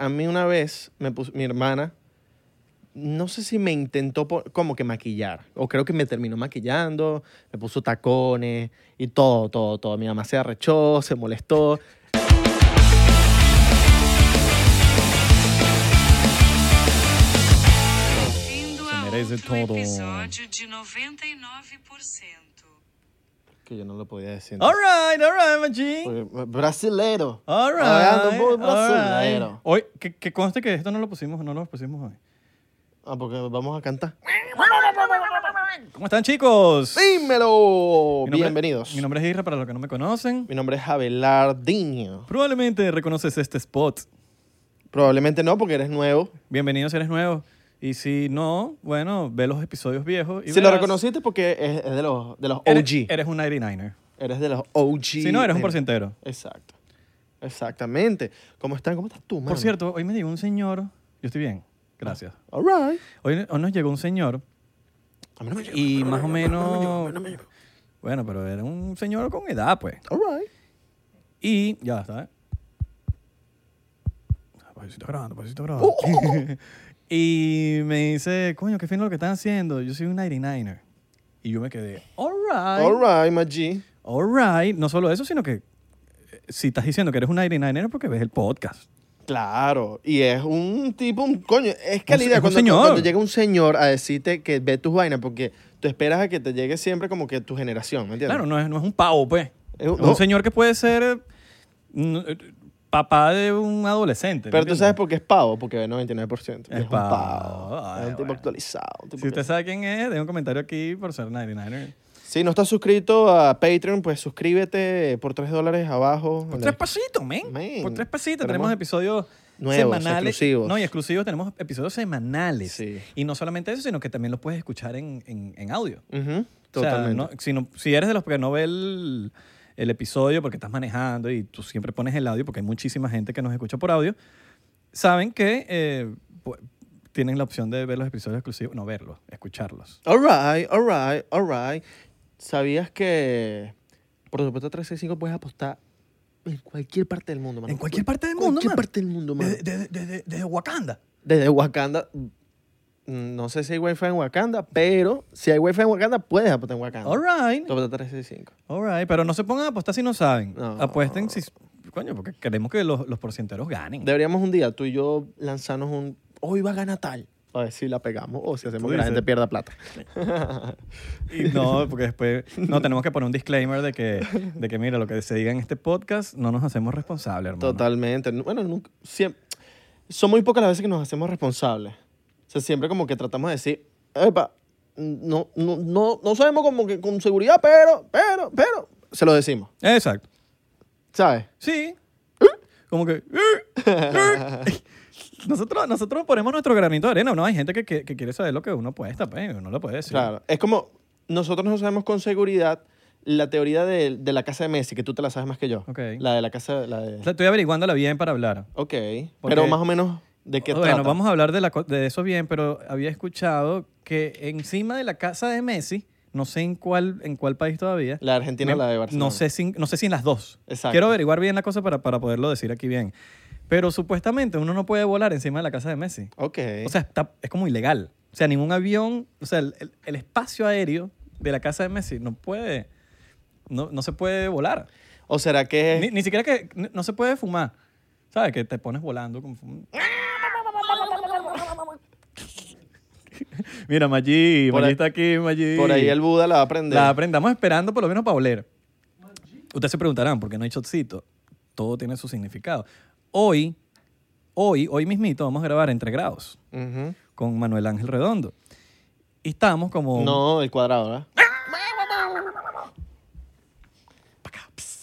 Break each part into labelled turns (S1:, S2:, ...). S1: A mí una vez me puso, mi hermana, no sé si me intentó po- como que maquillar, o creo que me terminó maquillando, me puso tacones y todo, todo, todo. Mi mamá se arrechó, se molestó.
S2: Bem-vindo
S1: Você
S2: a
S1: merece
S2: outro
S1: todo. um.
S2: episódio de 99%.
S1: Que yo no lo podía decir.
S3: All right, all right, Maggi.
S1: Porque- Brasilero.
S3: All right.
S1: Hablando por
S3: all right.
S1: brasilero.
S3: Hoy, que, que conste que esto no lo pusimos, no lo pusimos hoy.
S1: Ah, porque vamos a cantar.
S3: ¿Cómo están, chicos?
S1: ¡Dímelo!
S3: Mi nombre-
S1: Bienvenidos.
S3: Mi nombre es Isra, para los que no me conocen.
S1: Mi nombre es Abelardiño.
S3: Probablemente reconoces este spot.
S1: Probablemente no, porque eres nuevo.
S3: Bienvenido si eres nuevo. Y si no, bueno, ve los episodios viejos. Y
S1: Si lo
S3: verás.
S1: reconociste, porque es, es de los, de los OG.
S3: Eres- Eres un 99er.
S1: Eres de los OG.
S3: si no, eres un
S1: de-
S3: porcentero.
S1: Exacto. Exactamente. ¿Cómo están? ¿Cómo estás tú, mano?
S3: Por cierto, hoy me llegó un señor. Yo estoy bien. Gracias.
S1: All right.
S3: Hoy, hoy nos llegó un señor
S1: A mí no me llegó,
S3: y más o
S1: no me llegó,
S3: menos.
S1: no me llegó.
S3: Bueno, pero era un señor con edad, pues.
S1: All right.
S3: Y ya está. ¿eh? Ah, Paisito grabando, paisito grabando.
S1: Oh, oh,
S3: y me dice, coño, qué fino lo que están haciendo. Yo soy un 99er. Y yo me quedé, all right,
S1: All right, my G.
S3: all right. No solo eso, sino que eh, si estás diciendo que eres un 99er es porque ves el podcast.
S1: Claro. Y es un tipo, un coño. Es calidad
S3: es un
S1: cuando,
S3: señor.
S1: cuando llega un señor a decirte que ve tus vainas, porque tú esperas a que te llegue siempre como que tu generación, ¿me entiendes?
S3: Claro, no es, no es un pavo, pues.
S1: Es
S3: Es
S1: un-
S3: un,
S1: no.
S3: señor que puede ser eh, mm, eh, papá de un adolescente. ¿me
S1: Pero tú
S3: entiendes?
S1: sabes por qué es pavo, porque ve 99%. y
S3: Es
S1: un
S3: pavo.
S1: pavo.
S3: Ay,
S1: es un tipo
S3: bueno.
S1: actualizado. un tipo
S3: Si
S1: que-
S3: usted sabe quién es, deje un comentario aquí por ser 99er.
S1: Si no estás suscrito a Patreon, pues suscríbete por 3 dólares abajo.
S3: Por
S1: En
S3: tres
S1: la-
S3: pasitos, men.
S1: Men,
S3: Por tres pasitos
S1: tenemos
S3: tenemos, episodios
S1: nuevos,
S3: semanales.
S1: exclusivos.
S3: No, y exclusivos tenemos episodios semanales.
S1: Sí.
S3: Y no solamente eso, sino que también los puedes escuchar en, en- en audio.
S1: Ujú,
S3: O sea,
S1: Totalmente.
S3: no- si, no- si eres de los que no ve el, el episodio porque estás manejando y tú siempre pones el audio, porque hay muchísima gente que nos escucha por audio, saben que eh, pu- tienen la opción de ver los episodios exclusivos, no verlos, escucharlos.
S1: All right, all right, all right. ¿Sabías que por supuesto 365 puedes apostar en cualquier parte del mundo, mano?
S3: En cualquier parte del mundo,
S1: cualquier
S3: mano.
S1: parte del mundo, mano.
S3: Desde, desde- desde- desde Wakanda.
S1: Desde Wakanda, mm, no sé si hay wifi en Wakanda, pero si hay wifi en Wakanda, puedes apostar en Wakanda.
S3: All right.
S1: Apuesta 365.
S3: All right, pero no se pongan a apostar si no saben.
S1: No.
S3: Apuesten si... Coño, porque queremos que los, los porcenteros ganen.
S1: Deberíamos un día tú y yo lanzarnos un hoy va a ganar tal. A ver si la pegamos o si hacemos
S3: Tú
S1: que la
S3: dices.
S1: gente pierda plata.
S3: Y no, porque después... No, tenemos que poner un disclaimer de que, de que, mira, lo que se diga en este podcast no nos hacemos responsables, hermano.
S1: Totalmente. Bueno, nunca- siem- son muy pocas las veces que nos hacemos responsables. O sea, siempre como que tratamos de decir, epa, no, no, no, no sabemos como que con seguridad, pero, pero, pero, se lo decimos,
S3: Exacto.
S1: ¿sabes?
S3: Sí. Como que... Nosotros, nosotros ponemos nuestro granito de arena. No, hay gente que, que- que quiere saber lo que uno apuesta, pues, y uno lo puede decir.
S1: Claro. Es como, nosotros no sabemos con seguridad la teoría de, de la casa de Messi, que tú te la sabes más que yo.
S3: Ok.
S1: La de la casa, la de...
S3: O sea, estoy averiguándola bien para hablar.
S1: Ok.
S3: Porque-
S1: Pero más o menos, ¿de qué
S3: Bueno,
S1: trata?
S3: vamos a hablar de, la co- de eso bien, pero había escuchado que encima de la casa de Messi, no sé en cuál, en cuál país todavía.
S1: La de Argentina o
S3: me-
S1: la de Barcelona.
S3: No sé, si, no sé si en las dos.
S1: Exacto.
S3: Quiero averiguar bien la cosa para, para poderlo decir aquí bien. Pero supuestamente uno no puede volar encima de la casa de Messi.
S1: Ok.
S3: O sea, está- es como ilegal. O sea, ningún avión, o sea, el, el- el espacio aéreo de la casa de Messi no puede, no, no se puede volar.
S1: ¿O será que es...
S3: Ni, ni siquiera que, ni- no se puede fumar. ¿Sabes? Que te pones volando como fum- Mira, Maggi,
S1: Por
S3: Maggi
S1: ahí-
S3: está aquí, Maggi.
S1: Por ahí el Buda la va a aprender.
S3: La aprendamos esperando por lo menos para oler. Ustedes se preguntarán, ¿por qué no hay shotcito? Todo tiene su significado. Hoy, hoy, hoy mismito vamos a grabar Entre Grados
S1: Ujú.
S3: con Manuel Ángel Redondo. Y estábamos como...
S1: No, el cuadrado, ¿verdad?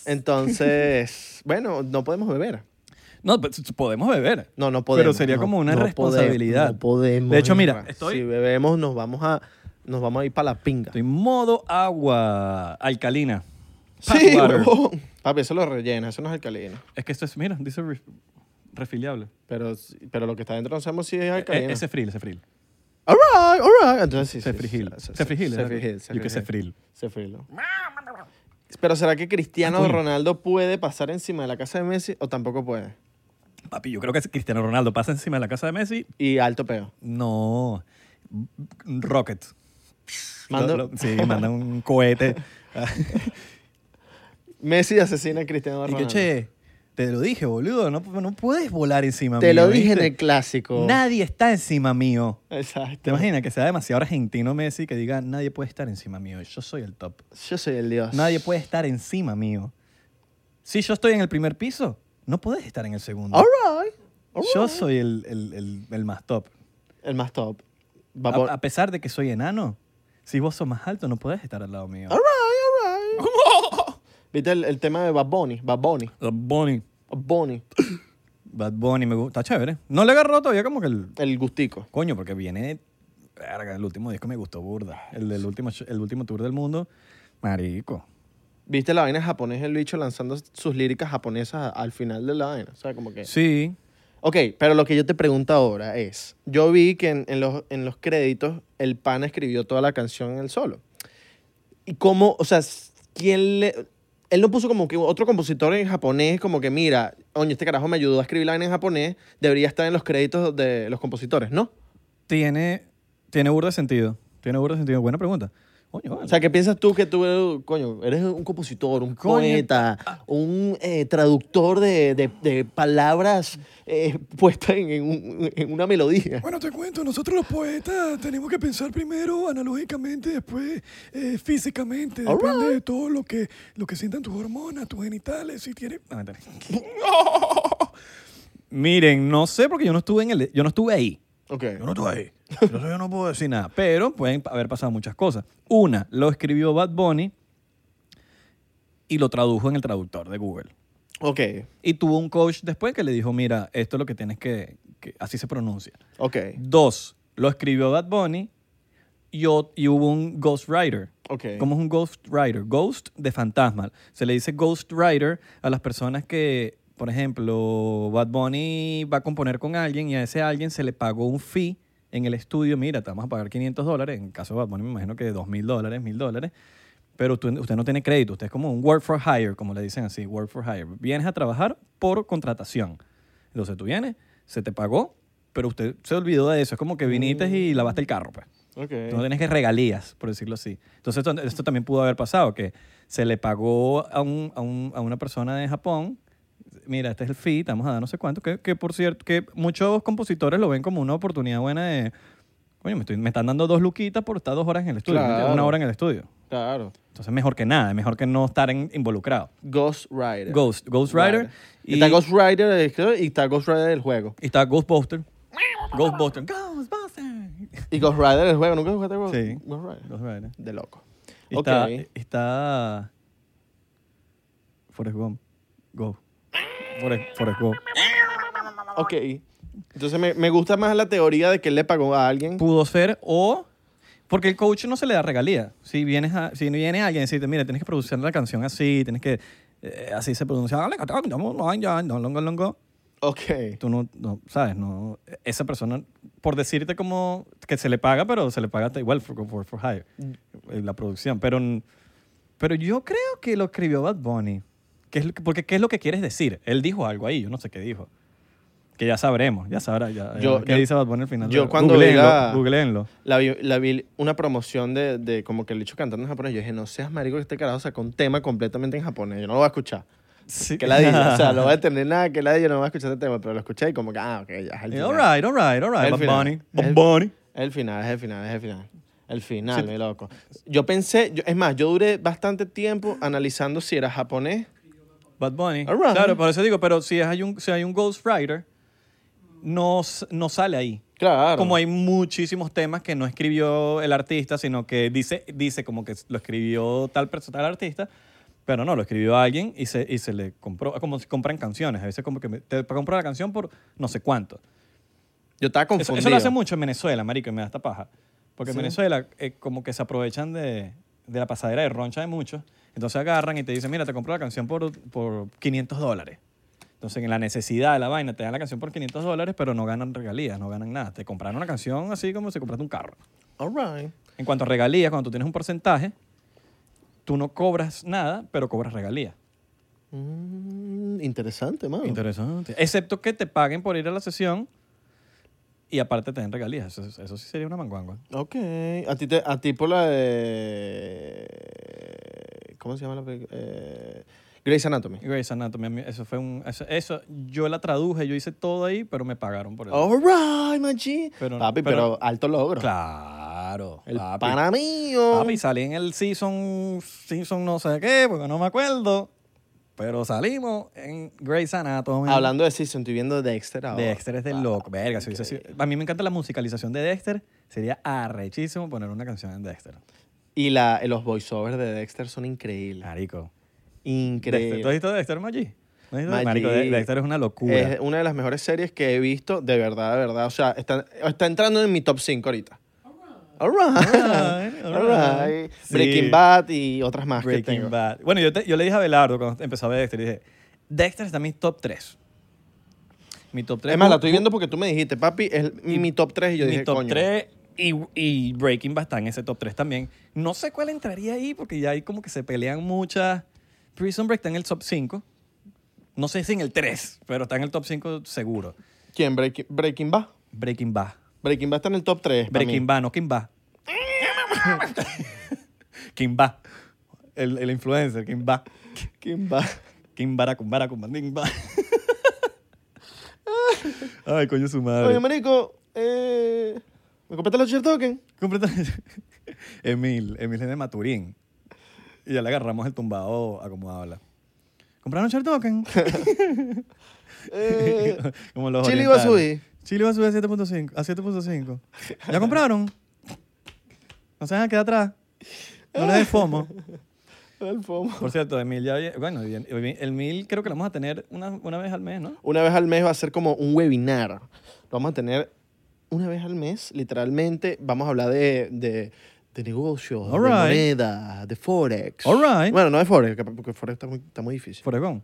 S1: Entonces, bueno, no podemos beber.
S3: No, pues, podemos beber.
S1: No, no podemos.
S3: Pero sería
S1: no,
S3: como una
S1: no pode-
S3: responsabilidad.
S1: no podemos.
S3: De hecho, mira,
S1: Isra.
S3: estoy,
S1: Si bebemos, nos vamos a, nos vamos a ir para la pinga.
S3: estoy modo agua alcalina.
S1: Sí,
S3: Packwater.
S1: huevón. Papi, eso lo rellena, eso no es alcalino.
S3: Es que esto es, mira, dice re- refiliable.
S1: Pero, pero lo que está dentro no sabemos si es alcalino.
S3: E- ese fril, ese fril.
S1: All right, all right. Entonces sí. sí,
S3: Sefrigil.
S1: sí, sí,
S3: Sefrigil. ¿verdad?
S1: Sefrigil,
S3: Yo que Sefril.
S1: Sefrigil. Pero ¿será que Cristiano Ronaldo puede pasar encima de la casa de Messi o tampoco puede?
S3: papi, yo creo que Cristiano Ronaldo pasa encima de la casa de Messi.
S1: Y alto peo.
S3: No. Rocket.
S1: Mando-
S3: Lo- lo- sí, manda un cohete.
S1: Messi asesina a Cristiano
S3: y
S1: Ronaldo.
S3: que, che, te lo dije, boludo. No, no puedes volar encima
S1: Te
S3: mío.
S1: lo dije en
S3: ¿viste?
S1: el clásico.
S3: Nadie está encima mío.
S1: Exacto.
S3: ¿Te imaginas que sea demasiado argentino Messi que diga, nadie puede estar encima mío, yo soy el top.
S1: Yo soy el dios.
S3: Nadie puede estar encima mío. Si yo estoy en el primer piso, no puedes estar en el segundo.
S1: All right. all
S3: Yo
S1: right.
S3: soy el, el- el- el más top.
S1: El más top.
S3: A,
S1: Va por-
S3: a pesar de que soy enano, si vos sos más alto, no puedes estar al lado mío.
S1: All right, all right. ¿Viste el, el tema de Bad Bunny? Bad Bunny.
S3: Bad Bunny.
S1: Bad Bunny.
S3: Bad Bunny me gusta. Está chévere. No le agarró todavía como que el
S1: El gustico.
S3: coño, porque viene. Verga, el último disco me gustó burda. El del último, sh- el último tour del mundo. Marico.
S1: ¿Viste la vaina japonesa el bicho lanzando sus líricas japonesas al final de la vaina? O sea, como que...
S3: Sí.
S1: Ok, pero lo que yo te pregunto ahora es, yo vi que en, en los, en los créditos el pana escribió toda la canción él solo. ¿Y cómo, o sea, s- quién le... Él no puso como que otro compositor en japonés, como que mira, oye, este carajo me ayudó a escribir la vaina en japonés, debería estar en los créditos de los compositores, ¿no?
S3: Tiene, tiene burda de sentido. Tiene burda de sentido. Buena pregunta. Coño, vale.
S1: O sea, ¿qué piensas tú que tú, eres- coño, eres un compositor, un
S3: Coño.
S1: poeta, un eh, traductor de, de- de palabras eh, puestas en, en un- en una melodía?
S3: Bueno, te cuento, nosotros los poetas tenemos que pensar primero analógicamente, después eh, físicamente.
S1: All
S3: Depende de todo lo que, lo que sientan tus hormonas, tus genitales, si Ah, tienes... No, mentira. Miren, no sé porque yo no estuve en el, yo no estuve ahí.
S1: Ok.
S3: Yo no estuve ahí. Entonces yo no puedo decir nada. Pero pueden haber pasado muchas cosas. Una, lo escribió Bad Bunny y lo tradujo en el traductor de Google.
S1: Ok,
S3: Y tuvo un coach después que le dijo, mira, esto es lo que tienes que... que así se pronuncia.
S1: ok,
S3: Dos, lo escribió Bad Bunny y, o- y hubo un ghostwriter.
S1: ok.
S3: ¿Cómo es un ghostwriter? Ghost de fantasma. Se le dice ghostwriter a las personas que, por ejemplo, Bad Bunny va a componer con alguien y a ese alguien se le pagó un fee en el estudio. Mira, te vamos a pagar 500 dólares. En el caso de Bad Bunny me imagino que 2.000 dólares, 1.000 dólares. Pero tú- usted no tiene crédito. Usted es como un work for hire, como le dicen así, work for hire. Vienes a trabajar por contratación. Entonces tú vienes, se te pagó, pero usted se olvidó de eso. Es como que viniste y lavaste el carro, pues.
S1: Ok.
S3: Tú no tienes que regalías, por decirlo así. Entonces, esto, esto también pudo haber pasado, que se le pagó a, un- a un- a una persona de Japón, mira, este es el fee, te vamos a dar no sé cuánto, que, que, por cierto, que muchos compositores lo ven como una oportunidad buena de, coño, me, estoy- me están dando dos luquitas por estar dos horas en el estudio, ¿me entiendes?
S1: Claro.
S3: una hora en el estudio.
S1: Claro.
S3: Entonces, mejor que nada, es mejor que no estar en- involucrado.
S1: Ghost Rider.
S3: Ghost, Ghost Rider. Y,
S1: Está Ghost Rider del escritor y está Ghost Rider del juego.
S3: y está Ghostbuster. Ghostbuster. Ghostbuster.
S1: Y Ghost Rider del juego. ¿Nunca jugaste Ghost,
S3: Sí.
S1: Ghost Rider?
S3: Ghost Rider.
S1: De loco.
S3: Y Está,
S1: Ok.
S3: está Forrest Gump. Go. Forrest, Forrest Gump.
S1: Ok. Entonces me, me gusta más la teoría de que él le pagó a alguien.
S3: Pudo ser o... Porque el coach no se le da regalía. Si, vienes a- si viene alguien y dice, mira, tienes que producir la canción así, tienes que... eh, así se pronuncia.
S1: Ok.
S3: Tú no, no, ¿sabes? No, esa persona, por decirte como que se le paga, pero se le paga hasta igual for, for, for hire, eh, la producción. Pero, pero yo creo que lo escribió Bad Bunny. ¿Qué es lo que- porque, ¿qué es lo que quieres decir? Él dijo algo ahí, yo no sé qué dijo. Que ya sabremos, ya sabrá. Ya, eh,
S1: Yo-
S3: ¿Qué
S1: yo-
S3: dice Bad Bunny al final?
S1: yo cuando
S3: Googleenlo,
S1: diga-
S3: googleenlo.
S1: La vi, la vi una promoción de, de como que el hecho cantando en japonés. Yo dije, no seas marico que este carajo sacó un tema completamente en japonés. Yo no lo voy a escuchar.
S3: Sí.
S1: Que la diga. o sea, no voy a entender nada que la diga. No voy a escuchar este tema. Pero lo escuché y como que, ah, ok, ya. es el final.
S3: All right, all right, all right,
S1: El
S3: Bad
S1: final.
S3: Bunny.
S1: El-
S3: Bad Bunny.
S1: Es el final, es el final, es el final. El final, mi loco. Yo pensé, yo- es más, yo duré bastante tiempo analizando si era japonés.
S3: Bad Bunny.
S1: All right.
S3: Claro, por eso digo, pero si hay un, si hay un Ghost Rider, no, s- no sale ahí.
S1: Claro.
S3: Como hay muchísimos temas que no escribió el artista, sino que dice, dice como que lo escribió tal persona, tal artista, pero no, lo escribió alguien y se, y se le compró, como si compran canciones, a veces como que me- te compro la canción por no sé cuánto.
S1: Yo estaba
S3: Eso,
S1: confundido.
S3: eso lo hace mucho en Venezuela, marico, y me da esta paja. Porque
S1: Sí.
S3: en Venezuela eh, como que se aprovechan de, de la pasadera de roncha de muchos. Entonces agarran y te dicen, mira, te compro la canción por, por 500 dólares. Entonces en la necesidad de la vaina te dan la canción por 500 dólares, pero no ganan regalías, no ganan nada. Te compraron una canción así como si compraste un carro.
S1: All right.
S3: En cuanto a regalías, cuando tú tienes un porcentaje, tú no cobras nada, pero cobras regalías.
S1: Mm, interesante, mano.
S3: Interesante. Excepto que te paguen por ir a la sesión y aparte te den regalías. Eso, eso sí sería una manguangua.
S1: ok. A ti, te, a ti por la de... ¿Cómo se llama la película? Eh, Grey's Anatomy.
S3: Grey's Anatomy, a mí eso fue un... Eso, eso, yo la traduje, yo hice todo ahí, pero me pagaron por eso.
S1: All right, my G.
S3: Pero-
S1: papi, pero,
S3: Oh, pero-
S1: alto logro.
S3: Claro.
S1: El
S3: papi.
S1: pana mío.
S3: Papi, salí en el season, season no sé qué, porque no me acuerdo. Pero salimos en Grey's Anatomy.
S1: Hablando de Season, estoy viendo Dexter ahora.
S3: Dexter es del loco. Verga, si hubiese
S1: increíble.
S3: sido- A mí me encanta la musicalización de Dexter. Sería arrechísimo poner una canción en Dexter.
S1: Y la, los voiceovers de Dexter son increíbles.
S3: Marico. Ah, Dexter, ¿Tú has
S1: Increíbles.
S3: visto Dexter Maggi? ¿No has visto?
S1: Maggi.
S3: Marico, De- Dexter es una locura.
S1: Es una de las mejores series que he visto, de verdad, de verdad. O sea, está, está entrando en mi top 5 ahorita. All right. All right.
S3: Alright, alright. Sí.
S1: Breaking Bad y otras más que tengo.
S3: Breaking Bad. Bueno, yo, te- yo le dije a Belardo cuando empezó a ver Dexter, le dije, Dexter está en mi top 3. Mi top 3.
S1: Es más, la estoy viendo porque tú me dijiste, papi, es mi, mi top 3 y yo
S3: mi
S1: dije,
S3: top
S1: coño.
S3: 3 y, y Breaking Bad está en ese top 3 también. No sé cuál entraría ahí porque ya hay como que se pelean muchas. Prison Break está en el top 5. No sé si en el 3, pero está en el top 5 seguro.
S1: ¿Quién? Breaking, Breaking Bad.
S3: Breaking Bad.
S1: Breaking Bad está en el top 3.
S3: Breaking Bad, no Kimba. Kimba. El, el influencer, Kimba.
S1: Breaking Bad.
S3: Kimbara, kumbara, kumbandimba. Ay, coño, su madre.
S1: Oye, marico, eh, ¿me compraste los share token?
S3: Completamente. Emil, Emil es de Maturín. Y ya le agarramos el tumbado a como habla. ¿Compraron share token?
S1: Eh,
S3: como los
S1: Chile
S3: orientales.
S1: iba a subir.
S3: Chile iba a subir a 7.5. A 7.5. ¿Ya compraron? No se dejan quedar atrás. No les des fomo.
S1: el FOMO.
S3: Por cierto, Emil ya... Bueno, el Mil creo que lo vamos a tener una, una vez al mes, ¿no?
S1: Una vez al mes va a ser como un webinar. Lo vamos a tener una vez al mes, literalmente. Vamos a hablar de, de, de negocios, de
S3: All right.
S1: moneda, de Forex.
S3: All right.
S1: Bueno, no de Forex, que- porque Forex está muy, está muy difícil.
S3: Foregón.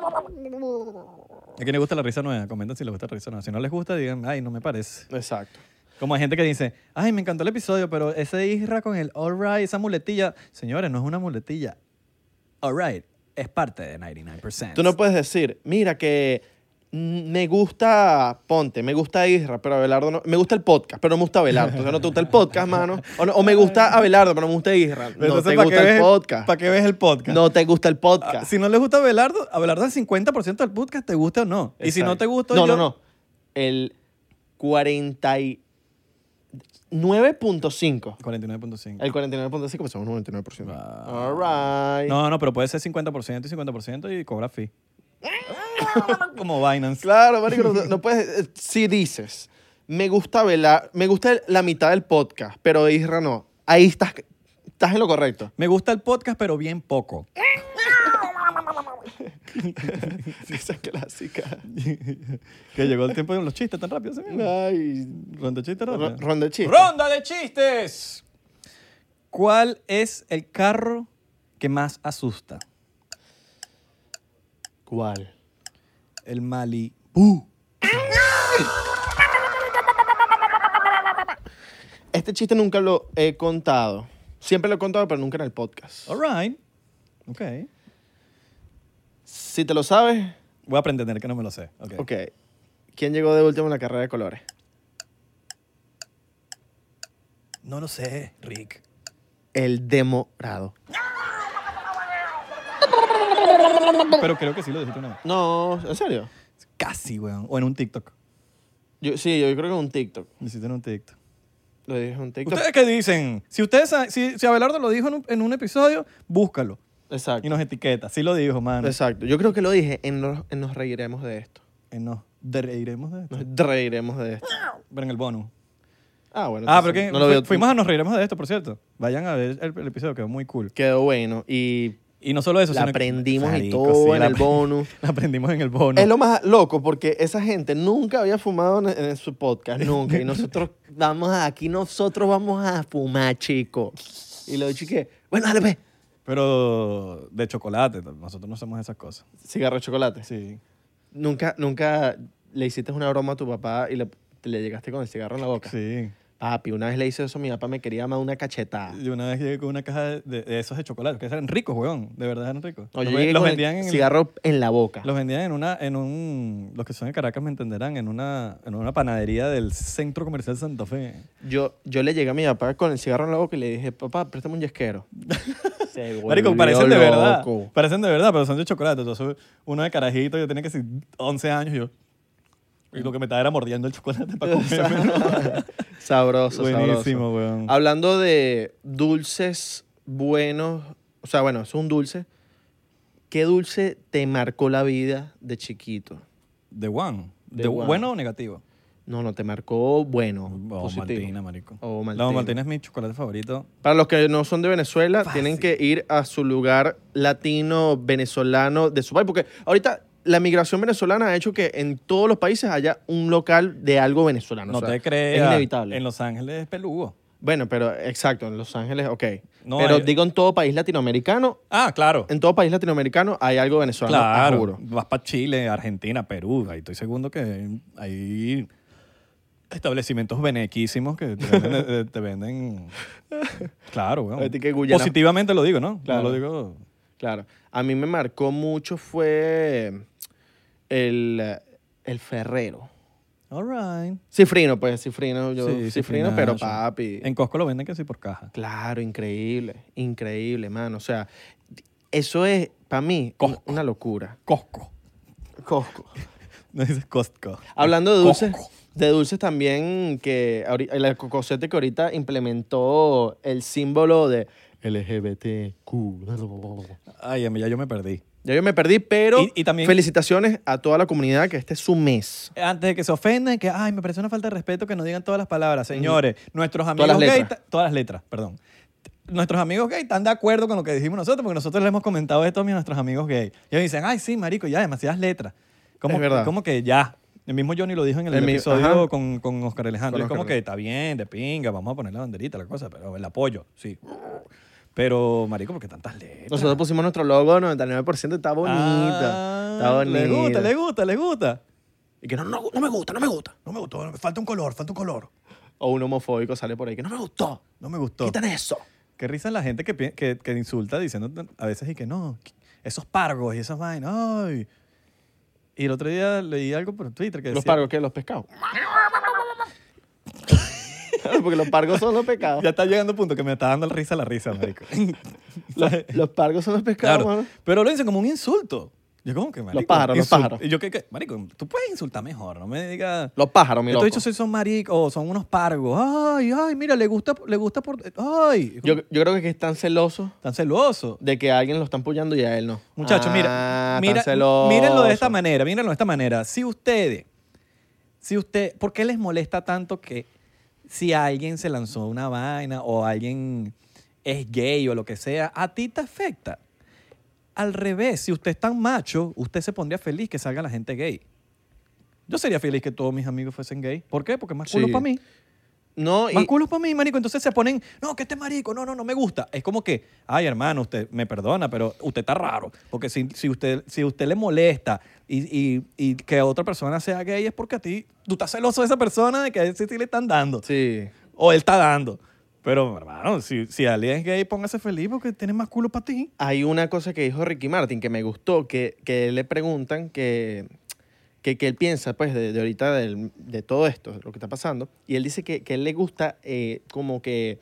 S3: ¿A quién le gusta la risa nueva? Comenten si les gusta la risa nueva. Si no les gusta, digan, ay, no me parece.
S1: Exacto.
S3: Como hay gente que dice, ay, me encantó el episodio, pero ese Isra con el all right, esa muletilla. Señores, no es una muletilla. All right es parte de 99%.
S1: Tú no puedes decir, mira que mm, me gusta Ponte, me gusta Isra, pero Abelardo no. Me gusta el podcast, pero no me gusta Abelardo. Entonces no te gusta el podcast, mano. O, no- o me gusta Abelardo, pero no me gusta Isra.
S3: Pero
S1: No
S3: entonces,
S1: te
S3: ¿para qué
S1: gusta el
S3: ves-
S1: podcast.
S3: ¿Para qué ves el podcast?
S1: No te gusta el
S3: Ah,
S1: podcast.
S3: Si no les gusta Abelardo, Abelardo el 50% del podcast te gusta o no. Y si no
S1: Exacto.
S3: te gusta...
S1: No, no,
S3: yo-
S1: no. El 49.5.
S3: 49.5.
S1: El 49.5, pues somos 99%.
S3: Ah.
S1: All right.
S3: No, no, pero puede ser 50% y 50% y cobra fee. Como Binance.
S1: Claro, marico, no, no puedes... eh, Si dices, me gusta velar, me gusta el- la mitad del podcast, pero de Isra no. Ahí estás, estás en lo correcto.
S3: Me gusta el podcast, pero bien poco.
S1: Esa es clásica.
S3: Que llegó el tiempo de los chistes tan rápido. ¿sí?
S1: Ay,
S3: Ronda de chistes rápida.
S1: ro- ronda de chistes.
S3: Ronda de chistes. ¿Cuál es el carro que más asusta?
S1: ¿Cuál?
S3: El Mali.
S1: Este chiste nunca lo he contado. Siempre lo he contado, pero nunca en el podcast.
S3: All right. Ok.
S1: Si te lo sabes,
S3: Voy a pretender que no me lo sé. Ok.
S1: Ok. ¿Quién llegó de último en la carrera de colores?
S3: No lo sé, Rick.
S1: El demorado.
S3: Pero creo que sí lo dijiste una vez.
S1: No, ¿en serio?
S3: Casi, weón. O en un TikTok.
S1: Yo, sí, yo creo que es un TikTok.
S3: Lo hiciste en un TikTok.
S1: Lo dije en un TikTok.
S3: ¿Ustedes qué dicen? Si ustedes sa- si, si Abelardo lo dijo en un, en un episodio, búscalo y
S1: Exacto.
S3: nos etiqueta. Sí lo dijo, mano.
S1: Exacto. Yo creo que lo dije en los, en nos reiremos de esto.
S3: Eh, nos reiremos de esto.
S1: Nos reiremos de esto.
S3: Pero en el bonus.
S1: Ah, bueno.
S3: Ah,
S1: entonces
S3: pero que
S1: no lo
S3: fu-
S1: veo-
S3: fuimos a nos reiremos de esto, por cierto. Vayan a ver el, el episodio, quedó muy cool.
S1: Quedó bueno. Y
S3: Y no solo eso,
S1: La
S3: sino que-
S1: aprendimos y
S3: Marico,
S1: todo en
S3: la
S1: el
S3: apre-
S1: bonus.
S3: La aprendimos en el bonus.
S1: es lo más loco porque esa gente nunca había fumado en, en su podcast. Nunca. Y nosotros vamos a- aquí, nosotros vamos a fumar, chico. Y lo dije que, bueno, dale, pues.
S3: Pero de chocolate, nosotros no hacemos esas cosas.
S1: Cigarro de chocolate.
S3: Sí.
S1: Nunca, nunca le hiciste una broma a tu papá y le, te le llegaste con el cigarro en la boca.
S3: Sí.
S1: Papi, una vez le hice eso a mi papá, me quería más una cachetada.
S3: Yo una vez llegué con una caja de, de- de esos de chocolate, que eran ricos, weón. De verdad eran ricos.
S1: No, yo
S3: Los ven-
S1: llegué
S3: los
S1: con
S3: vendían
S1: el
S3: en el-
S1: cigarro en la boca.
S3: Los vendían en una, en un, los que son de Caracas me entenderán, en una, en una panadería del Centro Comercial Santa Fe.
S1: Yo, yo le llegué a mi papá con el cigarro en la boca y le dije, papá, préstame un yesquero. Se
S3: Marico,
S1: volvió
S3: parecen de verdad,
S1: loco.
S3: parecen de verdad, pero son de chocolate. Entonces, uno de carajito, yo tenía que ser 11 años y yo, y lo que me estaba era mordiendo el chocolate para comérmelo.
S1: sabroso,
S3: Buenísimo,
S1: sabroso.
S3: weón.
S1: Hablando de dulces buenos, o sea, bueno, es un dulce. ¿Qué dulce te marcó la vida de chiquito?
S3: The One.
S1: The
S3: The
S1: One.
S3: ¿Bueno o negativo?
S1: No, no, te marcó bueno,
S3: O
S1: positivo. Oh,
S3: Maltina, marico.
S1: O
S3: Oh, La
S1: Maltina.
S3: Maltina es mi chocolate favorito.
S1: Para los que no son de Venezuela,
S3: Fácil.
S1: tienen que ir a su lugar latino, venezolano de su país. Porque ahorita la migración venezolana ha hecho que en todos los países haya un local de algo venezolano.
S3: No
S1: o sea,
S3: te creas.
S1: Ah, Es inevitable.
S3: En Los Ángeles es peludo.
S1: Bueno, pero exacto, en Los Ángeles, ok.
S3: No,
S1: pero
S3: hay-
S1: digo en todo país latinoamericano,
S3: Ah, claro.
S1: en todo país latinoamericano hay algo venezolano, te
S3: Claro,
S1: juro.
S3: vas para Chile, Argentina, Perú, ahí estoy seguro que hay establecimientos benequísimos que te venden. eh, te venden- Claro, weón.
S1: A ti que Guyana-
S3: Positivamente lo digo, ¿no?
S1: Claro.
S3: No lo digo.
S1: Claro. A mí me marcó mucho fue el, el Ferrero.
S3: All right.
S1: Cifrino, pues, Cifrino. Yo,
S3: Sí,
S1: cifrino,
S3: cifrinazo.
S1: pero papi.
S3: En Costco lo venden que sí por caja.
S1: Claro, increíble, increíble, mano. O sea, eso es, para mí, un-
S3: Costco.
S1: una locura.
S3: Costco.
S1: Cosco.
S3: No dices Costco.
S1: Hablando de dulces,
S3: Costco.
S1: de dulces también, que ahori- el cocosete que ahorita implementó el símbolo de LGBTQ.
S3: Ay, a mí ya yo me perdí.
S1: Ya yo me perdí, pero
S3: Y- y también-
S1: felicitaciones a toda la comunidad que este es su mes.
S3: Antes de que se ofendan, que, ay, me parece una falta de respeto que no digan todas las palabras. Señores, nuestros
S1: Todas
S3: amigos
S1: las
S3: gay.
S1: letras.
S3: ta- Todas las letras, perdón. T- Nuestros amigos gay están de acuerdo con lo que dijimos nosotros, porque nosotros le hemos comentado esto a nuestros amigos gay. Y ellos dicen, ay, sí, marico, ya, demasiadas letras. Como,
S1: Es verdad.
S3: Como que ya. El mismo Johnny lo dijo en el,
S1: El mi- ajá.
S3: episodio con, con Oscar Alejandro.
S1: Con
S3: es como
S1: Oscar.
S3: que está bien, de pinga, vamos a poner la banderita, la cosa, pero el apoyo, sí. Pero, marico, porque tantas letras.
S1: Nosotros pusimos nuestro logo 99%, está bonito.
S3: Ah,
S1: está bonito.
S3: Le gusta, le gusta, le gusta.
S1: Y que no, no, no me gusta, no me gusta.
S3: No me gustó, falta un color, falta un color.
S1: O un homofóbico sale por ahí que no me gustó.
S3: No me gustó.
S1: Quitan eso.
S3: Qué risa la gente que, pi- que, que insulta diciendo a veces y que no, esos pargos y esas vainas, ay. Y el otro día leí algo por Twitter que
S1: ¿Los
S3: decía...
S1: pargos qué? ¿Los pescados? Porque los pargos son los pescados.
S3: Ya está llegando un punto que me está dando la risa la risa, marico. ¿Sabes?
S1: Los pargos son los pescados,
S3: claro.
S1: mano.
S3: Pero lo dicen como un insulto. Yo como que, marico.
S1: pájaros, los
S3: insult-
S1: pájaros.
S3: Y yo que, que, marico, tú puedes insultar mejor, no me digas...
S1: Los pájaros, mi
S3: Estos
S1: loco.
S3: dichos sí son maricos, son unos pargos. Ay, ay, mira, le gusta, le gusta por... Ay,
S1: Yo, yo creo que están celosos
S3: tan celoso.
S1: de que a alguien lo están apoyando y a él no.
S3: Muchachos,
S1: Ah,
S3: mira, mira
S1: están celosos.
S3: mírenlo de esta manera, mírenlo de esta manera. Si ustedes, si usted, ¿por qué les molesta tanto que si alguien se lanzó una vaina o alguien es gay o lo que sea, a ti te afecta? Al revés, si usted es tan macho, usted se pondría feliz que salga la gente gay. Yo sería feliz que todos mis amigos fuesen gay. ¿Por qué? Porque más culo
S1: Sí.
S3: para mí.
S1: No,
S3: Más
S1: y,
S3: culos para mí, marico. Entonces se ponen, no, que este marico, no, no, no me gusta. Es como que, ay, hermano, usted me perdona, pero usted está raro. Porque si, si, usted, si usted le molesta y, y- y que otra persona sea gay es porque a ti, tú estás celoso de esa persona de que a él sí, sí le están dando.
S1: sí.
S3: O él está dando. Pero, hermano, si, si alguien es gay, póngase feliz porque tiene más culo para ti.
S1: Hay una cosa que dijo Ricky Martin que me gustó, que, que le preguntan que, que, que él piensa, pues, de, de ahorita del- de todo esto, de lo que está pasando, y él dice que, que él le gusta eh, como que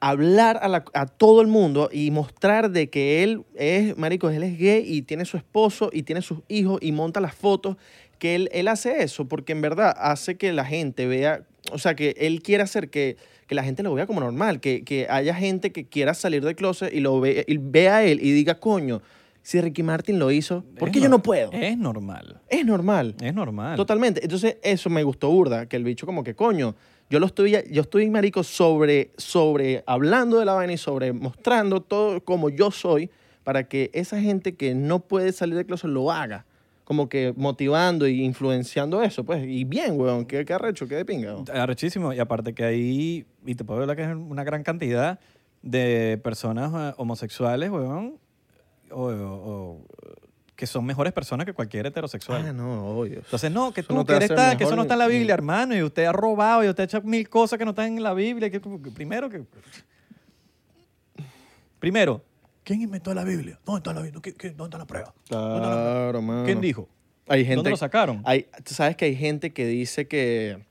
S1: hablar a, la- a todo el mundo y mostrar de que él es, marico, él es gay y tiene su esposo y tiene sus hijos y monta las fotos, que él, él hace eso porque en verdad hace que la gente vea, o sea, que él quiere hacer que, que la gente lo vea como normal, que, que haya gente que quiera salir del closet y lo ve, y vea a él y diga, coño, si Ricky Martin lo hizo, ¿por
S3: Es
S1: qué yo
S3: nor-
S1: no puedo?
S3: Es normal.
S1: Es normal.
S3: Es normal.
S1: Totalmente. Entonces, eso me gustó burda, que el bicho como que, coño, yo lo estoy, yo estoy marico sobre, sobre hablando de la vaina y sobre mostrando todo como yo soy para que esa gente que no puede salir del closet lo haga. Como que motivando y influenciando eso, pues. Y bien, weón, qué, qué arrecho, qué de pinga. weón.
S3: Arrechísimo. Y aparte que ahí, y te puedo hablar que es una gran cantidad de personas eh, homosexuales, weón, o, o- o que son mejores personas que cualquier heterosexual.
S1: Ah, no, obvio.
S3: Entonces, no, que
S1: Eso
S3: tú,
S1: no te
S3: que, eres
S1: hace
S3: tal,
S1: mejor
S3: que eso
S1: ni-
S3: no está en la
S1: ni-
S3: Biblia, hermano, y usted ha robado y usted ha hecho mil cosas que no están en la Biblia. Que, tú- que primero, que. Primero, ¿quién inventó la Biblia? ¿Dónde está la Biblia? ¿Qué- qué- ¿Dónde está la prueba? ¿Dónde está la prueba?
S1: Claro, mano.
S3: ¿Quién dijo?
S1: Hay gente,
S3: ¿Dónde lo sacaron?
S1: Hay, tú sabes que hay gente que dice que,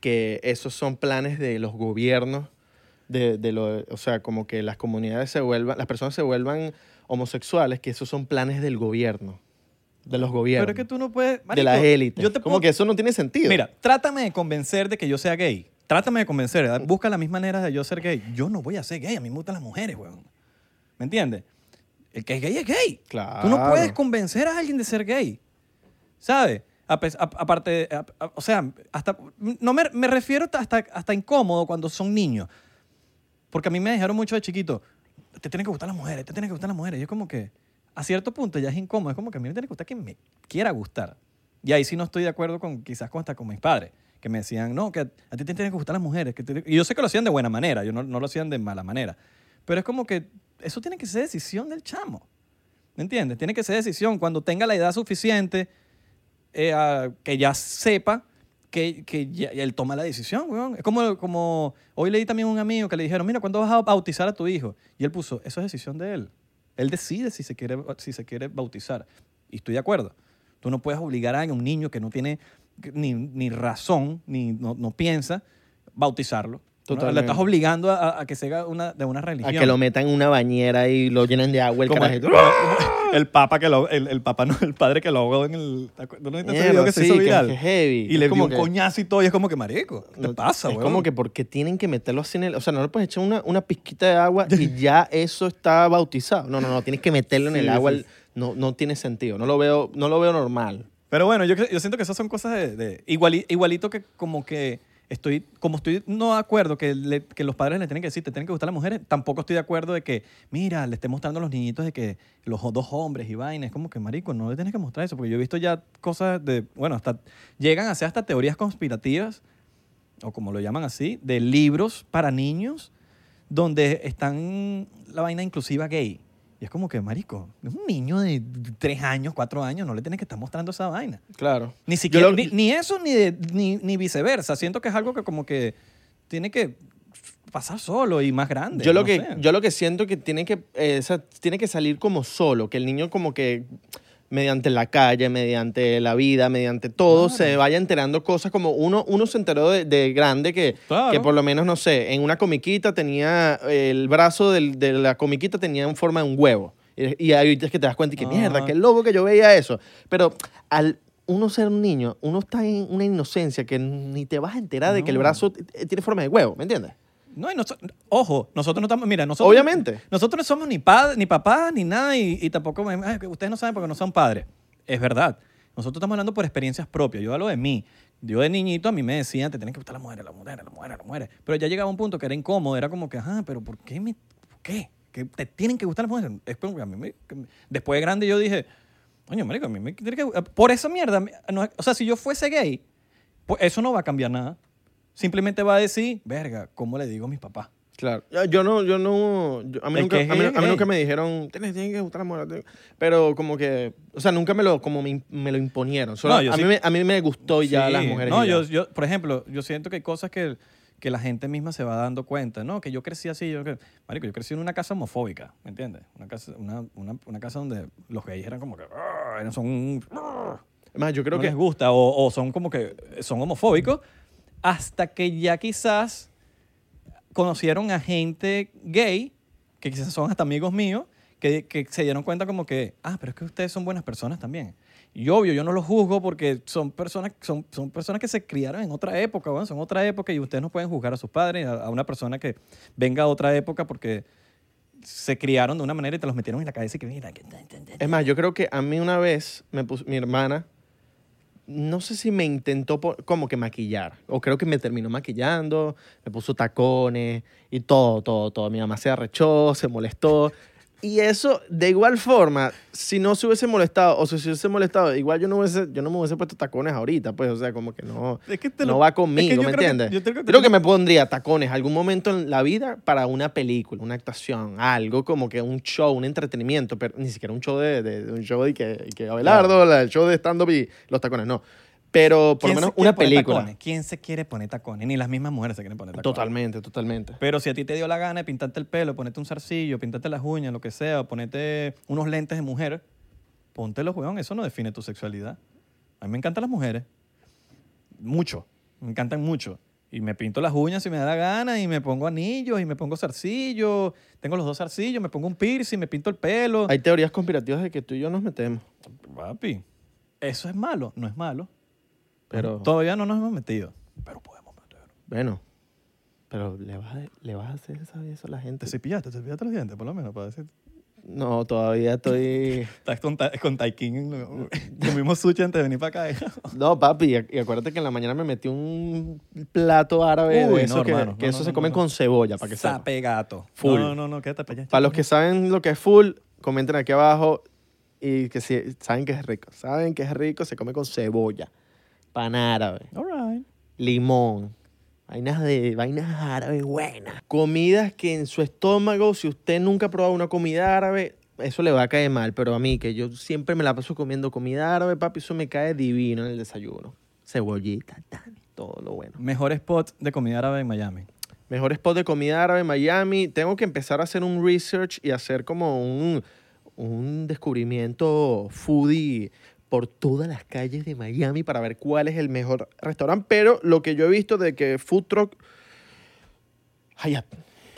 S1: que esos son planes de los gobiernos, de, de lo, o sea, como que las comunidades se vuelvan, las personas se vuelvan homosexuales, que esos son planes del gobierno, de los gobiernos,
S3: Pero es que tú no puedes.
S1: de
S3: marico,
S1: las élites.
S3: Yo te
S1: Como
S3: puedo-
S1: que eso no tiene sentido.
S3: Mira, trátame de convencer de que yo sea gay. Trátame de convencer. ¿verdad? Busca las mismas maneras de yo ser gay. Yo no voy a ser gay. A mí me gustan las mujeres, weón. ¿Me entiendes? El que es gay es gay. Tú no
S1: Claro.
S3: puedes convencer a alguien de ser gay. ¿Sabes? A pes- a- Aparte, a- a- o sea, hasta, no me, me refiero hasta, hasta incómodo cuando son niños. Porque a mí me dejaron mucho de chiquito. Te tienen que gustar las mujeres, te tienen que gustar las mujeres. Yo como que, a cierto punto ya es incómodo. Es como que a mí me tiene que gustar quien me quiera gustar. Y ahí sí no estoy de acuerdo con, quizás con hasta con mis padres, que me decían, no, que a, a ti te tienen que gustar las mujeres. que te- y yo sé que lo hacían de buena manera, yo no, no lo hacían de mala manera. Pero es como que eso tiene que ser decisión del chamo. ¿Me entiendes? Tiene que ser decisión. Cuando tenga la edad suficiente, eh, a- que ya sepa que, que ya- ya él toma la decisión, weón. Es como, como hoy leí también a un amigo que le dijeron, mira, ¿cuándo vas a bautizar a tu hijo? Y él puso, eso es decisión de él. Él decide si se quiere, si se quiere bautizar. Y estoy de acuerdo. Tú no puedes obligar a un niño que no tiene ni, ni razón, ni no, no piensa, bautizarlo. ¿no?
S1: Totalmente.
S3: Le estás obligando a, a- a que se haga una, de una religión.
S1: A que lo metan en una bañera y lo llenen de agua el
S3: Como
S1: carajito.
S3: el- el papa que lo el, el papa no el padre que lo ahogó en el ¿te acuerdas? ¿No viste ese
S1: Mierda,
S3: video que se
S1: sí,
S3: hizo
S1: que-
S3: viral?
S1: que heavy.
S3: y le
S1: Es
S3: dio
S1: como
S3: un
S1: que-
S3: coñazo y todo y es como que marico ¿qué te
S1: No,
S3: pasa
S1: Es
S3: weón?
S1: como que porque tienen que meterlo así en el... O sea, no le puedes echar una, una pizquita de agua y ya eso está bautizado. No, no, no. Tienes que meterlo en
S3: Sí,
S1: el agua.
S3: sí, sí.
S1: No, no tiene sentido. No lo veo, no lo veo normal.
S3: pero bueno yo, cre- yo siento que esas son cosas de, de- iguali- igualito que como que estoy como estoy no de acuerdo que, le- que los padres le tienen que decir te tienen que gustar las mujeres tampoco estoy de acuerdo de que mira le esté mostrando a los niñitos de que los dos hombres y vainas es como que marico no le tienes que mostrar eso porque yo he visto ya cosas de bueno hasta llegan a ser hasta teorías conspirativas o como lo llaman así, de libros para niños donde están la vaina inclusiva gay. Y es como que, marico, es un niño de tres años, cuatro años, no le tienes que estar mostrando esa vaina.
S1: Claro.
S3: Ni
S1: Yo
S3: siquiera,
S1: lo-
S3: ni, ni eso, ni, de- ni, ni viceversa. Siento que es algo que como que tiene que pasar solo y más grande.
S1: Yo lo,
S3: no
S1: que,
S3: sé.
S1: yo lo que siento que tiene que, eh, esa- tiene que salir como solo, que el niño como que mediante la calle, mediante la vida, mediante todo,
S3: Claro.
S1: se vaya enterando cosas como uno, uno se enteró de, de grande que,
S3: Claro.
S1: que por lo menos, no sé, en una comiquita tenía, eh, el brazo del- de la comiquita tenía en forma de un huevo. Y, y ahorita es que te das cuenta y que
S3: Ah.
S1: mierda, qué loco que yo veía eso. Pero al uno ser un niño, uno está en una inocencia que ni te vas a enterar de que el
S3: No.
S1: brazo t- t- tiene forma de huevo, ¿me entiendes?
S3: No, y noso- ojo, nosotros no estamos, mira, nosotros...
S1: Obviamente.
S3: Nosotros no somos ni, padres, ni papás, ni nada, y, y tampoco, me- "Ay, que ustedes no saben porque no son padres. Es verdad. Nosotros estamos hablando por experiencias propias. Yo hablo de mí. Yo de niñito a mí me decían, te tienen que gustar las mujeres, las mujeres, las mujeres, las mujeres. Pero ya llegaba un punto que era incómodo, era como que, ajá, pero ¿por qué me, por qué? Que te tienen que gustar las mujeres. Es como que a mí me- que me- después de grande yo dije, coño, marico, a mí me tiene que... Por esa mierda, me- no- o sea, si yo fuese gay, pues eso no va a cambiar nada. Simplemente va a decir, verga, ¿cómo le digo a mis papás?
S1: Claro. Yo- Yo no, yo no, yo- a, mí
S3: El
S1: nunca,
S3: que
S1: a,
S3: es eh.
S1: mí,
S3: gay,
S1: a mí nunca
S3: gay.
S1: me dijeron, tienes, tienes que gustar la moda. tienes-". Pero como que, o sea, nunca me lo, como me, im- me lo imponieron. Solo
S3: No, yo
S1: a,
S3: sí-
S1: mí me, a mí me gustó Oh, ya
S3: Sí,
S1: las mujeres.
S3: No,
S1: y ya.
S3: yo, yo, por ejemplo, yo siento que hay cosas que, que la gente misma se va dando cuenta, ¿no? Que yo crecí así, yo, cre- marico, yo crecí en una casa homofóbica, ¿me entiendes? Una casa, una, una, una casa donde los gays eran como que, "Ah", eran, son, "Ah",
S1: Además, yo creo
S3: no
S1: que,
S3: les gusta, o, o son como que, son homofóbicos, hasta que ya quizás conocieron a gente gay, que quizás son hasta amigos míos, que, que se dieron cuenta como que, ah, pero es que ustedes son buenas personas también. Y obvio, yo no los juzgo porque son personas, son, son personas que se criaron en otra época, weón, son otra época y ustedes no pueden juzgar a sus padres, a, a una persona que venga a otra época porque se criaron de una manera y te los metieron en la cabeza y que mira, que...
S1: es más, yo creo que a mí una vez, me puso, mi hermana, no sé si me intentó po- como que maquillar, o creo que me terminó maquillando, me puso tacones y todo, todo, todo. Mi mamá se arrechó, se molestó. Y eso, de igual forma, si no se hubiese molestado, o si se hubiese molestado, igual yo no, hubiese, yo no me hubiese puesto tacones ahorita, pues, o sea, como que no,
S3: Es que te
S1: no
S3: lo- es
S1: va
S3: que
S1: conmigo,
S3: yo
S1: ¿me
S3: creo que-
S1: entiendes?
S3: yo
S1: yo
S3: creo que
S1: creo
S3: te
S1: que,
S3: lo-
S1: me pondría tacones algún momento en la vida para una película, una actuación, algo como que un show, un entretenimiento, pero ni siquiera un show de, de- de un show de que, que Abelardo, la- el show de stand-up y los tacones, no. Pero por lo
S3: ¿Quién se
S1: menos
S3: quiere
S1: una
S3: poner
S1: película.
S3: tacones? ¿Quién se quiere poner tacones? Ni las mismas mujeres se quieren poner tacones.
S1: Totalmente, totalmente.
S3: Pero si a ti te dio la gana de pintarte el pelo, ponerte un zarcillo, pintarte las uñas, lo que sea, o ponerte unos lentes de mujer, póntelos, weón. Eso no define tu sexualidad. A mí me encantan las mujeres. Mucho. Me encantan mucho. Y me pinto las uñas si me da la gana, y me pongo anillos, y me pongo zarcillos. Tengo los dos zarcillos, me pongo un piercing, me pinto el pelo.
S1: Hay teorías conspirativas de que tú y yo nos metemos,
S3: Papi, eso es malo. No es malo.
S1: pero...
S3: Todavía no nos hemos metido. Pero podemos meternos.
S1: Bueno, pero le vas, a- le vas a hacer esa- eso a la gente.
S3: Te cepillaste, te cepillaste los dientes, por lo menos, para decir.
S1: No, todavía estoy.
S3: Estás con, ta con Taikin. en lo- Comimos sushi antes de venir para acá.
S1: No, papi, y ac- y acuérdate que en la mañana me metí un plato árabe
S3: Uy,
S1: de
S3: no,
S1: eso que,
S3: hermano,
S1: que
S3: no,
S1: eso
S3: no,
S1: se
S3: no,
S1: comen
S3: no.
S1: con cebolla, para que sepan.
S3: Sape gato.
S1: Full.
S3: No, no, no, quédate para allá.
S1: Para los que saben lo que es full, comenten aquí abajo y que si saben que es rico. Saben que es rico, se come con cebolla, pan árabe,
S3: All right.
S1: limón, vainas de vainas árabes buenas. Comidas que en su estómago, si usted nunca ha probado una comida árabe, eso le va a caer mal, pero a mí que yo siempre me la paso comiendo comida árabe, papi, eso me cae divino en el desayuno. Cebollita, tan, todo lo bueno.
S3: Mejor spot de comida árabe en Miami.
S1: Mejor spot de comida árabe en Miami. Tengo que empezar a hacer un research y hacer como un, un descubrimiento foodie por todas las calles de Miami para ver cuál es el mejor restaurante. Pero lo que yo he visto de que Food Truck. Hayat.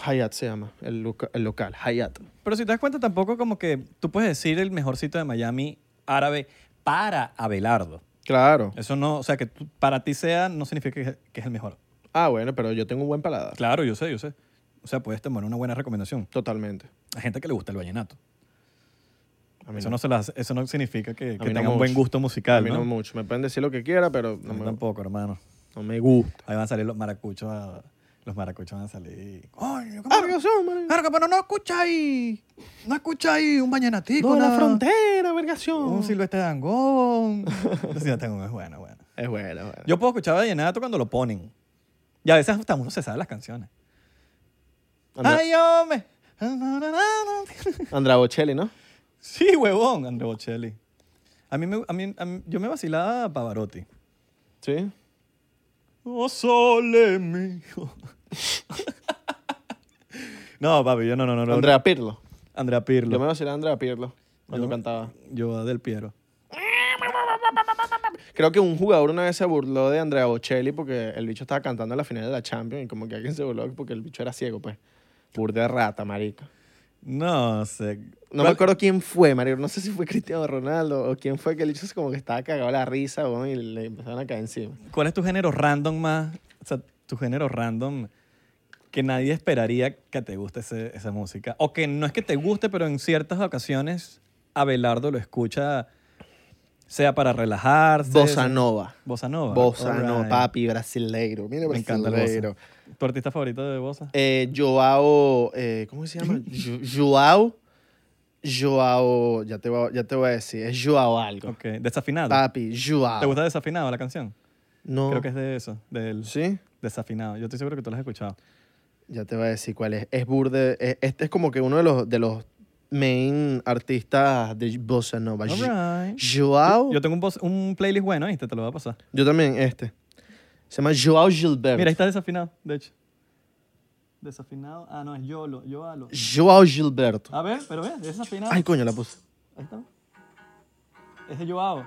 S1: Hayat se llama el, loca- el local. Hayat.
S3: Pero si te das cuenta, tampoco como que tú puedes decir el mejor sitio de Miami árabe para Abelardo.
S1: Claro.
S3: Eso no, o sea, que tú- para ti sea, no significa que, que es el mejor.
S1: Ah, bueno, pero yo tengo un buen paladar.
S3: Claro, yo sé, yo sé. O sea, puedes tomar una buena recomendación.
S1: Totalmente.
S3: Hay gente que le gusta el vallenato.
S1: A mí
S3: Eso
S1: no,
S3: no, se las- eso no significa que, que
S1: mí no
S3: tenga un buen
S1: mucho.
S3: gusto
S1: a
S3: musical,
S1: mí
S3: ¿no?
S1: no mucho. Me pueden decir lo que quiera, pero
S3: A
S1: no
S3: mí
S1: me,
S3: tampoco, hermano.
S1: no me gusta.
S3: Ahí van a salir los maracuchos. a- los maracuchos van a salir. ¡Coño!
S1: Ah,
S3: ¿cómo que- Claro, pero no escucháis. No escucháis un bañanatico.
S1: No, la
S3: nada.
S1: frontera, vergación.
S3: Un silvestre dangón. Silvestre Dangond es bueno, bueno.
S1: Es bueno, es bueno.
S3: Yo puedo escuchar vallenato cuando lo ponen. Y a veces hasta uno se sabe las canciones.
S1: Andra,
S3: ¡Ay, hombre!
S1: Andrea Bocelli, ¿no?
S3: Sí, huevón, Andrea Bocelli. A mí, me- a mí- a mí- yo me vacilaba a Pavarotti.
S1: Sí.
S3: Oh, sole mío. no, papi, yo no, no, no. no.
S1: Andrea Pirlo.
S3: Andrea Pirlo.
S1: Yo me vacilaba a Andrea Pirlo cuando
S3: Yo-
S1: cantaba.
S3: Yo del Piero.
S1: Creo que un jugador una vez se burló de Andrea Bocelli porque el bicho estaba cantando en la final de la Champions y como que alguien se burló porque el bicho era ciego, pues. Pur de rata, marico.
S3: No sé.
S1: No me acuerdo quién fue, marico. No sé si fue Cristiano Ronaldo o quién fue que el bicho como que estaba cagado de la risa weón, y le empezaron a caer encima.
S3: ¿Cuál es tu género random más? O sea, tu género random que nadie esperaría que te guste ese- esa música. O que no es que te guste, pero en ciertas ocasiones Abelardo lo escucha, sea para relajarse.
S1: Bossa
S3: sea-
S1: Nova.
S3: Bossa Nova.
S1: Bossa
S3: All
S1: Nova,
S3: right.
S1: papi, brasileiro. Mira,
S3: Me encanta el
S1: brasileiro.
S3: Bossa. ¿Tu artista favorito de Bossa?
S1: eh, Joao, eh, ¿cómo se llama? Jo- Joao, Joao, ya te, voy a, ya te voy a decir, es Joao algo.
S3: Ok. Desafinado.
S1: Papi, Joao.
S3: ¿Te gusta Desafinado la canción?
S1: No.
S3: Creo que es de eso, del
S1: ¿Sí?
S3: Desafinado. Yo estoy seguro que tú lo has escuchado.
S1: Ya te voy a decir cuál es. Es Burde, es- este es como que uno de los, de los main artistas de Bossa Nova.
S3: All
S1: Jo-
S3: right.
S1: Joao,
S3: Yo tengo un, bos- un playlist bueno, ¿viste? Te lo voy a pasar.
S1: yo también, este. Se llama Joao Gilberto.
S3: Mira, ahí está desafinado, de hecho. Desafinado. Ah, no, es Yolo. Yo alo.
S1: Joao Gilberto.
S3: A ver, pero ve, desafinado.
S1: Ay, coño, la puse.
S3: Ahí está. Es de Joao.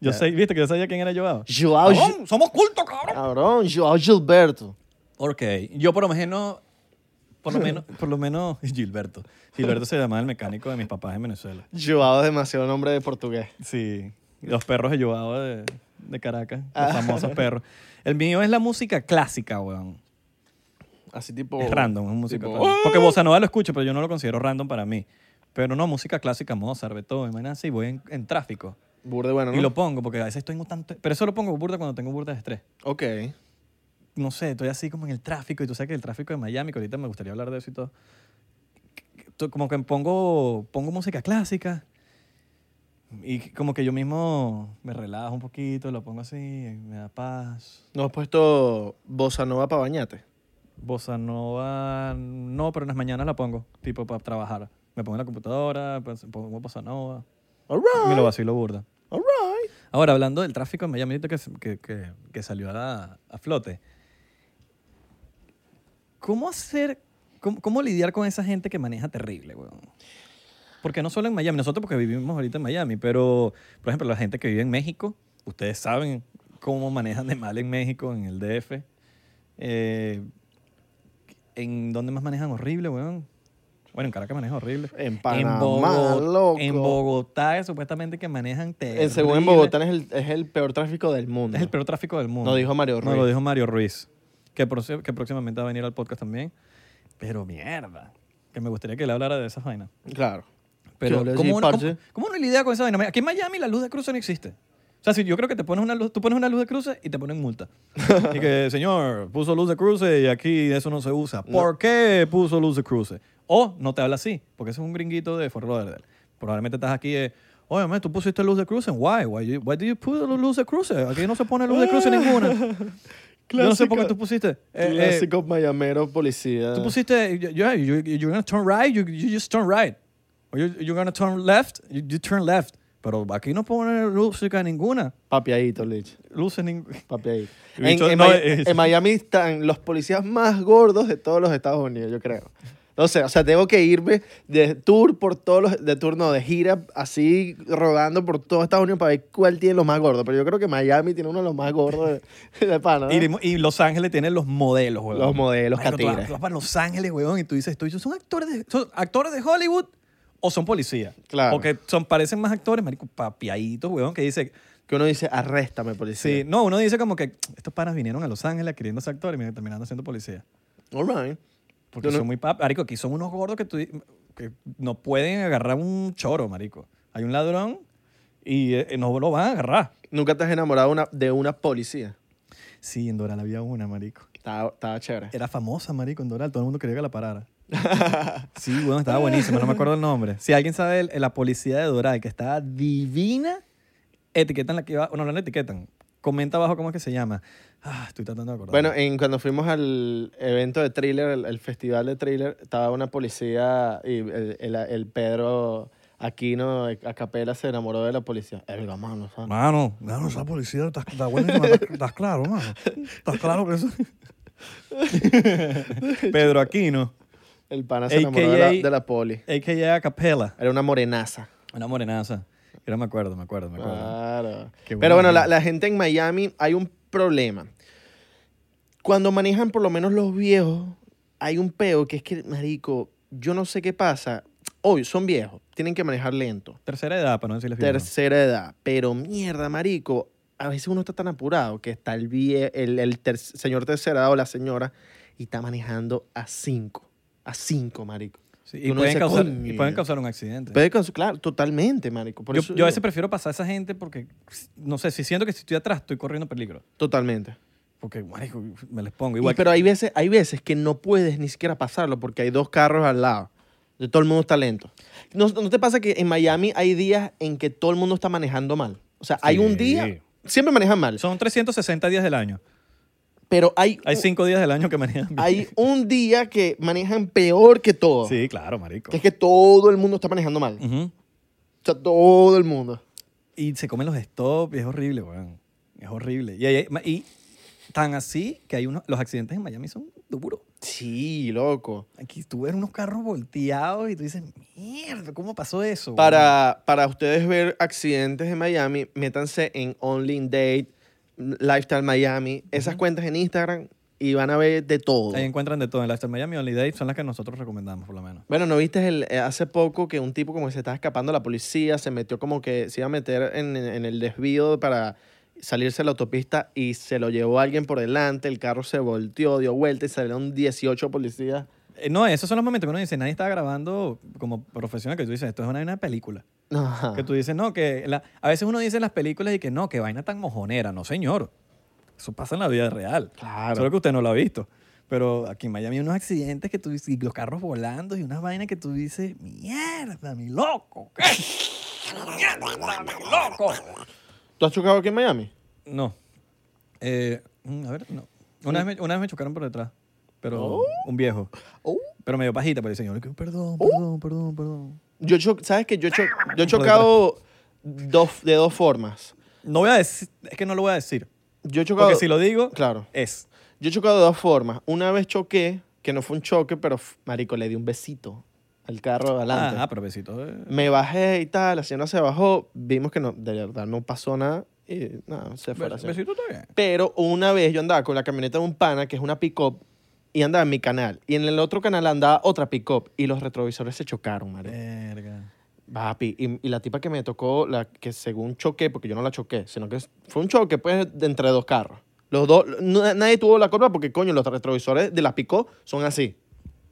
S3: Yo sé, viste que yo sabía quién era Joao.
S1: Joao, Gi-
S3: ¡Somos cultos, cabrón!
S1: cabrón, Joao Gilberto.
S3: Ok, yo por lo menos. Por lo menos, por lo menos Gilberto. Gilberto se llamaba el mecánico de mis papás en Venezuela.
S1: Joao es demasiado nombre de portugués.
S3: Sí, los perros de Joao de, de Caracas, los famosos perros. El mío es la música clásica, weón.
S1: Así tipo...
S3: Es random, es música
S1: tipo, "Oh".
S3: random. Porque Bossa Nova lo escucho, pero yo no lo considero random para mí. Pero no, música clásica, Mozart, Beethoven, man, así, voy en, en tráfico.
S1: Burde bueno, ¿no?
S3: Y lo pongo, porque a veces estoy en un tanto... Pero eso lo pongo burda cuando tengo burda de estrés.
S1: Ok.
S3: No sé, estoy así como en el tráfico, y tú sabes que el tráfico de Miami, que ahorita me gustaría hablar de eso y todo. to- como que pongo, pongo música clásica y como que yo mismo me relajo un poquito, lo pongo así, me da paz.
S1: ¿No has puesto bossa nova para bañarte?
S3: Bossa nova, no, pero en las mañanas la pongo, tipo para trabajar. Me pongo en la computadora, pues, pongo bossa nova,
S1: All
S3: me lo
S1: right,
S3: vacilo burda.
S1: all right.
S3: Ahora, hablando del tráfico en Miami ahorita que, se- que, que- que salió a, la- a flote, ¿cómo hacer, cómo, cómo lidiar con esa gente que maneja terrible, weón? Porque no solo en Miami, nosotros porque vivimos ahorita en Miami, pero, por ejemplo, la gente que vive en México, ustedes saben cómo manejan de mal en México, en el DF. Eh, ¿En dónde más manejan horrible, weón? Bueno, en Caracas manejan horrible.
S1: En Panamá,
S3: Bogot-
S1: loco.
S3: En Bogotá, supuestamente que manejan terrible.
S1: El segundo en Bogotá es el, es el peor tráfico del mundo.
S3: Es el peor tráfico del mundo.
S1: Lo dijo Mario
S3: No, lo
S1: Ruiz.
S3: dijo Mario Ruiz, que, proce- que próximamente va a venir al podcast también. Pero mierda, que me gustaría que él hablara de esas vainas.
S1: Claro.
S3: Pero
S1: Yo le
S3: ¿cómo,
S1: decía,
S3: uno-
S1: "Parce".
S3: cómo- cómo uno lidia con esa vaina? Aquí en Miami la luz de cruce no existe. O sea, si yo creo que te pones una luz, tú pones una luz de cruce y te ponen multa. y que, señor, puso luz de cruce y aquí eso no se usa. ¿Por qué puso luz de cruce? O no te habla así, porque ese es un gringuito de Fort Lauderdale. Probablemente estás aquí eh, Oye, man, tú pusiste luz de cruce. Why? Why, you- why do you put luz de cruce? Aquí no se pone luz de cruce ninguna. Yo no sé por qué tú pusiste. Eh, eh,
S1: Clásico mayamero policía.
S3: Tú pusiste, yeah, you, you're gonna turn right, you, you just turn right. Or you, you're gonna turn left, you, you turn left. Pero aquí no pone música ninguna.
S1: Papiadito, Lich.
S3: Luces ninguna.
S1: Papiadito.
S3: El
S1: En,
S3: bicho
S1: en
S3: no
S1: Mi-
S3: es-
S1: en Miami están los policías más gordos de todos los Estados Unidos, yo creo. O sea, o sea, tengo que irme de tour por todos los, de turno de gira, así rodando por todo Estados Unidos para ver cuál tiene los más gordos. Pero yo creo que Miami tiene uno de los más gordos de, de pana. ¿no?
S3: Y, de- y Los Ángeles tiene los modelos, weón.
S1: Ah. Los modelos,
S3: Marico, tú, vas,
S1: catires.
S3: tú vas para Los Ángeles, weón, y tú dices, tú, ¿son actores de, son actores de Hollywood o son policías?
S1: Claro.
S3: Porque son, parecen más actores, marico, papiaditos, weón, que dice,
S1: Que uno dice, arréstame,
S3: sí,
S1: policía.
S3: no, uno dice como que estos panas vinieron a Los Ángeles queriendo ser actores y mira, terminando siendo policías.
S1: All right.
S3: Porque
S1: Yo no-
S3: son muy pap. Marico, aquí son unos gordos que, tú, que no pueden agarrar un choro, marico. Hay un ladrón y eh, no lo van a agarrar.
S1: Nunca te has enamorado una- de una policía.
S3: Sí, en Doral había una, marico.
S1: Estaba, estaba chévere.
S3: Era famosa, marico, en Doral. Todo el mundo quería que la parara. Sí, bueno, estaba buenísima. No me acuerdo el nombre. Si alguien sabe el- la policía de Doral, que estaba divina, etiquetan la que iba... No, no la etiquetan. Comenta abajo cómo es que se llama. Ah, estoy tratando de acordar.
S1: Bueno, en, cuando fuimos al evento de thriller, el, el festival de thriller, estaba una policía y el, el- el Pedro Aquino a capela se enamoró de la policía. Verga, mano, ¿sabes?
S3: Mano, mano, esa policía está, está buenísima, estás- estás claro, mano. Estás claro que eso. Pedro Aquino,
S1: El pana se enamoró de la,
S3: AKA.
S1: de la poli.
S3: a.k.a. Capela.
S1: Era una morenaza.
S3: Una morenaza. Yo no me acuerdo, me acuerdo, me acuerdo.
S1: Ah. Claro.
S3: Qué
S1: Pero
S3: bueno.
S1: bueno, la, la gente en Miami hay un problema. Cuando manejan por lo menos los viejos, hay un peo que es que, marico, yo no sé qué pasa. Hoy son viejos, tienen que manejar lento.
S3: Tercera edad, para no decirles bien.
S1: Tercera edad. Pero mierda, marico. A veces uno está tan apurado que está el, vie- el, el ter- señor tercera edad o la señora y está manejando a cinco. A cinco, marico.
S3: Sí,
S1: Tú
S3: y,
S1: no
S3: pueden
S1: dices,
S3: causar,
S1: "Coño".
S3: y pueden causar un accidente.
S1: Pero, con su- claro, totalmente, marico. Por
S3: yo,
S1: eso
S3: yo a
S1: digo,
S3: veces prefiero pasar a esa gente porque, no sé, si siento que si estoy atrás estoy corriendo peligro.
S1: Totalmente.
S3: Porque, marico, me les pongo.
S1: Y-
S3: Igual que-
S1: pero hay veces, hay veces que no puedes ni siquiera pasarlo porque hay dos carros al lado. De todo el mundo está lento. ¿No, no te pasa que en Miami hay días en que todo el mundo está manejando mal? O sea, hay un
S3: Sí.
S1: día... Siempre manejan mal.
S3: son 360 días del año.
S1: Pero hay,
S3: Hay
S1: un-
S3: 5 días del año que manejan. bien.
S1: hay un día que manejan peor que todo.
S3: Sí, claro, marico.
S1: Que es que todo el mundo está manejando mal.
S3: Ujú.
S1: O sea, todo el mundo.
S3: Y se comen los stops y es horrible, weón. Es horrible. Y, hay- ma- y tan así que hay unos, los accidentes en Miami son duros.
S1: Sí, loco.
S3: Aquí tú ves unos carros volteados y tú dices, mierda, ¿cómo pasó eso? weón?"
S1: Para, para ustedes ver accidentes en Miami, métanse en Only in Date, Lifestyle Miami, esas cuentas en Instagram y van a ver de todo.
S3: Ahí encuentran de todo. En Lifestyle Miami, Only Date son las que nosotros recomendamos, por lo menos.
S1: Bueno, ¿no viste el, eh, hace poco que un tipo como que se estaba escapando de la policía, se metió como que se iba a meter en, en el desvío para salirse de la autopista y se lo llevó alguien por delante, el carro se volteó, dio vuelta y salieron 18 policías.
S3: Eh, no, esos son los momentos que uno dice, nadie está grabando como profesional, que tú dices, esto es una, una película.
S1: Ajá.
S3: Que tú dices, no, que la- a veces uno dice en las películas y que no, que vaina tan mojonera. Ah, No, señor. Eso pasa en la vida real.
S1: Claro.
S3: Solo que usted no lo ha visto. Pero aquí en Miami hay unos accidentes que tú dices, y los carros volando y unas vainas que tú dices, mierda, mi loco, ¿qué? Mierda, mi loco.
S1: ¿Tú has chocado aquí en Miami?
S3: No. Eh, mm, a ver, no. Una, vez me, una vez me chocaron por detrás, pero un viejo. Pero medio pajita, pero el señor, que, perdón, perdón, perdón, perdón.
S1: Yo cho- ¿Sabes que yo, he cho- yo he chocado dos, de dos formas?
S3: No voy a decir, es que no lo voy a decir.
S1: Yo he chocado...
S3: Porque si lo digo,
S1: Claro.
S3: es.
S1: Yo he chocado de dos formas. Una vez choqué, que no fue un choque, pero f- marico, le di un besito al carro de adelante.
S3: Ah, ah, pero besito. eh.
S1: Me bajé y tal, la señora se bajó, vimos que no, de verdad no pasó nada y nada, se fue la
S3: Bes-
S1: señora.
S3: Besito está bien.
S1: Pero una vez yo andaba con la camioneta de un pana, que es una pick-up, y andaba en mi canal. Y en el otro canal andaba otra pick-up y los retrovisores se chocaron, marico.
S3: Verga.
S1: Papi, y, y la tipa que me tocó, la que según choqué, porque yo no la choqué, sino que es- fue un choque pues de entre dos carros. Los dos, no- nadie tuvo la culpa porque coño, los retrovisores de la picó son así.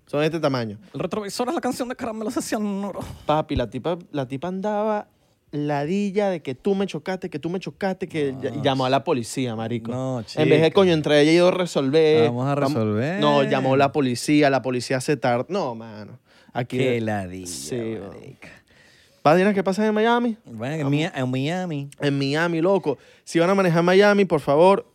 S1: Son de este tamaño.
S3: El retrovisor es la canción de Caramelo Sacianoro.
S1: Papi, la tipa, la tipa andaba ladilla de que tú me chocaste, que tú me chocaste, que ll-
S3: No,
S1: llamó a la policía, marico.
S3: no,
S1: En vez de
S3: chico.
S1: coño, entre ella y yo resolver.
S3: Vamos a
S1: vam-
S3: resolver.
S1: No, llamó la policía, la policía se tardó. No, mano. Aquí.
S3: Qué ladilla,
S1: Sí,
S3: marica.
S1: ¿Padrinas qué pasa en Miami?
S3: Bueno, en, Mia- en Miami.
S1: en Miami, loco. Si van a manejar Miami, por favor,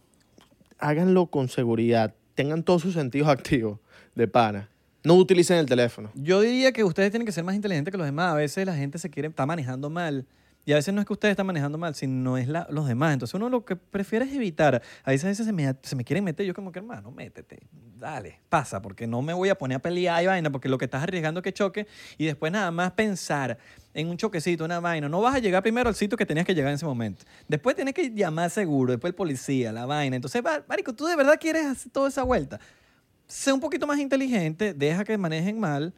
S1: háganlo con seguridad. Tengan todos sus sentidos activos de pana. No utilicen el teléfono.
S3: Yo diría que ustedes tienen que ser más inteligentes que los demás. A veces la gente se quiere, está manejando mal. Y a veces no es que ustedes están manejando mal, sino es la, los demás. Entonces uno lo que prefiere es evitar. A veces, a veces se, me, se me quieren meter. Yo como que, hermano, métete. Dale, pasa. Porque no me voy a poner a pelear y vaina. Porque lo que estás arriesgando es que choque. Y después nada más pensar en un choquecito, una vaina. No vas a llegar primero al sitio que tenías que llegar en ese momento. Después tienes que llamar seguro. Después el policía, la vaina. Entonces, va- marico, ¿tú de verdad quieres hacer toda esa vuelta? sé un poquito más inteligente, deja que manejen mal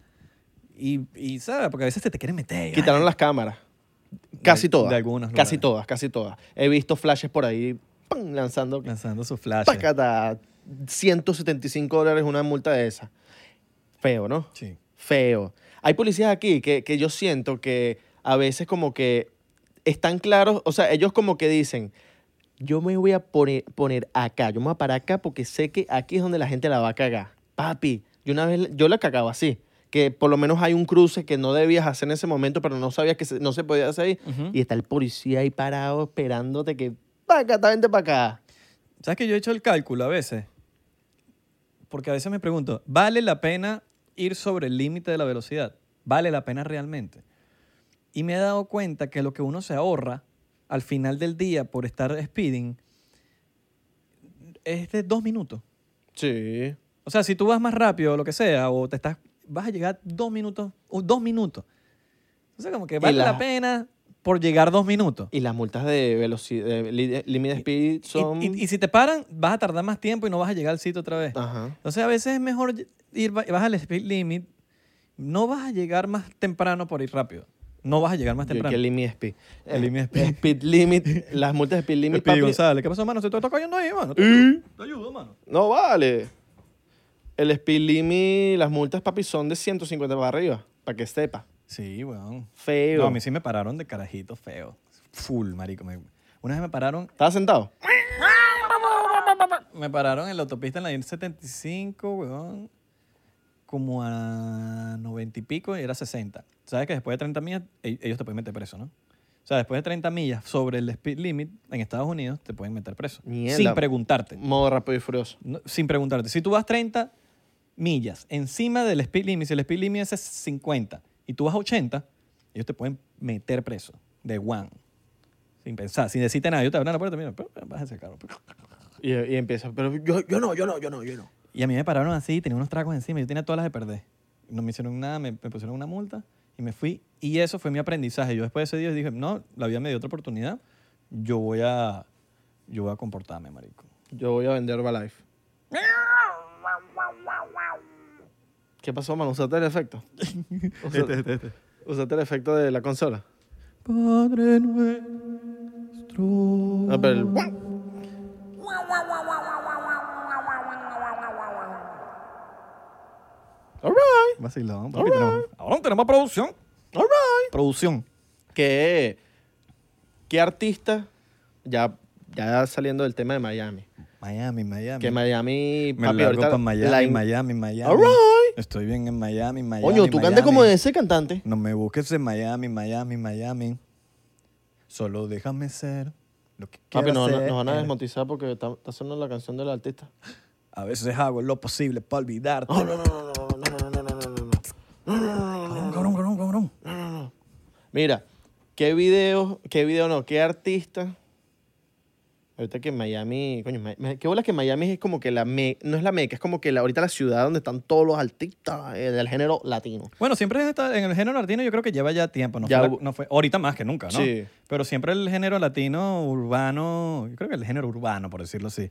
S3: y, y ¿sabes? Porque a veces te, te quieren meter.
S1: Quitaron las cámaras. Casi
S3: eh, de
S1: todas.
S3: algunos
S1: Casi
S3: lugares.
S1: todas, casi todas. He visto flashes por ahí ¡pam! lanzando.
S3: ay, Lanzando sus flashes.
S1: ¡Pacata! 175 dólares una multa de esa. Feo, ¿no?
S3: Sí.
S1: Feo. Hay policías aquí que, que yo siento que a veces como que están claros, o sea, ellos como que dicen, yo me voy a poner, poner acá, yo me voy a parar acá porque sé que aquí es donde la gente la va a cagar. Papi, yo una vez, yo la cagaba así, que por lo menos hay un cruce que no debías hacer en ese momento, pero no sabías que se- no se podía hacer ahí,
S3: Ujú.
S1: y está el policía ahí parado esperándote que, acá, vente para acá.
S3: ¿Sabes que yo he hecho el cálculo a veces? Porque a veces me pregunto, ¿vale la pena ir sobre el límite de la velocidad? ¿Vale la pena realmente? Y me he dado cuenta que lo que uno se ahorra al final del día por estar speeding es de dos minutos.
S1: Sí.
S3: O sea, si tú vas más rápido o lo que sea, o te estás, vas a llegar dos minutos, o dos minutos. O sea, como que vale la,
S1: la-
S3: pena por llegar dos minutos. Y,
S1: Y las multas de velocidad, de li- límite de speed son...
S3: y- y si te paran, vas a tardar más tiempo y no vas a llegar al sitio otra vez.
S1: Ajá.
S3: Entonces, a veces es mejor ll- ir, ba- vas al speed limit, no vas a llegar más temprano por ir rápido. No vas a llegar
S1: Yo,
S3: más
S1: que
S3: temprano.
S1: el límite speed.
S3: El límite speed.
S1: Eh, speed limit, las multas de speed limit,
S3: Speedy
S1: papi,
S3: González, ¿qué pasó, mano? Se te está cayendo ahí, mano. Te,
S1: ¿Eh?
S3: te ayudo, mano.
S1: No vale. El speed limit, las multas, papi, son de 150 para arriba, para que sepa.
S3: Sí, weón.
S1: Feo.
S3: No, a mí sí me pararon de carajito feo. Full, marico. Me- Una vez me pararon
S1: ¿Estás sentado?
S3: Me pararon en la autopista en la 75, weón, como a 90 y pico y era 60. Sabes que después de 30 millas, e- ellos te pueden meter preso, ¿no? O sea, después de 30 millas sobre el speed limit en Estados Unidos, te pueden meter preso.
S1: Mierda.
S3: Sin preguntarte.
S1: Modo rápido y furioso.
S3: No, sin preguntarte. Si tú vas 30 millas encima del speed limit, si el speed limit es 50 y tú vas a 80, ellos te pueden meter preso de one. Sin pensar, sin decirte nada. Ellos te abren la puerta, mira, pero, pero, bájese el carro.
S1: Y, y empieza, pero yo, yo no, yo no, yo no, yo no.
S3: Y a mí me pararon así, tenía unos tragos encima, yo tenía todas las de perder. No me hicieron nada, me, me pusieron una multa y me fui. Y eso fue mi aprendizaje. Yo después de ese día dije, no, la vida me dio otra oportunidad, yo voy a, yo voy a comportarme, marico.
S1: Yo voy a vender Herbalife. ¿Qué pasó, mano? ¿Usaste el efecto? Usa-
S3: Este,
S1: ¿Usaste el efecto de la consola?
S3: Padre nuestro.
S1: Ah, pero el- All right.
S3: Vacilón, papi, tenemos- Ahora tenemos producción.
S1: All right.
S3: Producción.
S1: ¿Qué, qué artista, ya, ya saliendo del tema de Miami,
S3: Miami, Miami.
S1: Que Miami,
S3: Me
S1: papi,
S3: largo
S1: ahorita.
S3: pa' Miami,
S1: la-
S3: Miami, Miami.
S1: All right.
S3: Estoy bien en Miami, Miami.
S1: Coño, tú cantes
S3: Miami.
S1: como ese cantante.
S3: No me busques en Miami, Miami, Miami. Solo déjame ser lo que
S1: Papi,
S3: quiero
S1: no, no-
S3: ser.
S1: nos van a desmonetizar porque está, está sonando la canción del artista.
S3: A veces hago lo posible para olvidarte.
S1: No, no, no, no, no, no, no, no, no, no, no, no.
S3: Cabrón, cabrón, cabrón, cabrón.
S1: Mira, ¿qué video, qué video no, qué artista? Ahorita que Miami, coño, Ma- Ma- qué bola que Miami es como que la me- no es la meca, es como que la, ahorita la ciudad donde están todos los artistas eh, del género latino.
S3: Bueno, siempre está, en el género latino yo creo que lleva ya tiempo. No,
S1: Ya
S3: fue, la-
S1: hubo-
S3: no fue- ahorita más que nunca, ¿no?
S1: Sí.
S3: Pero siempre el género latino urbano, yo creo que el género urbano, por decirlo así,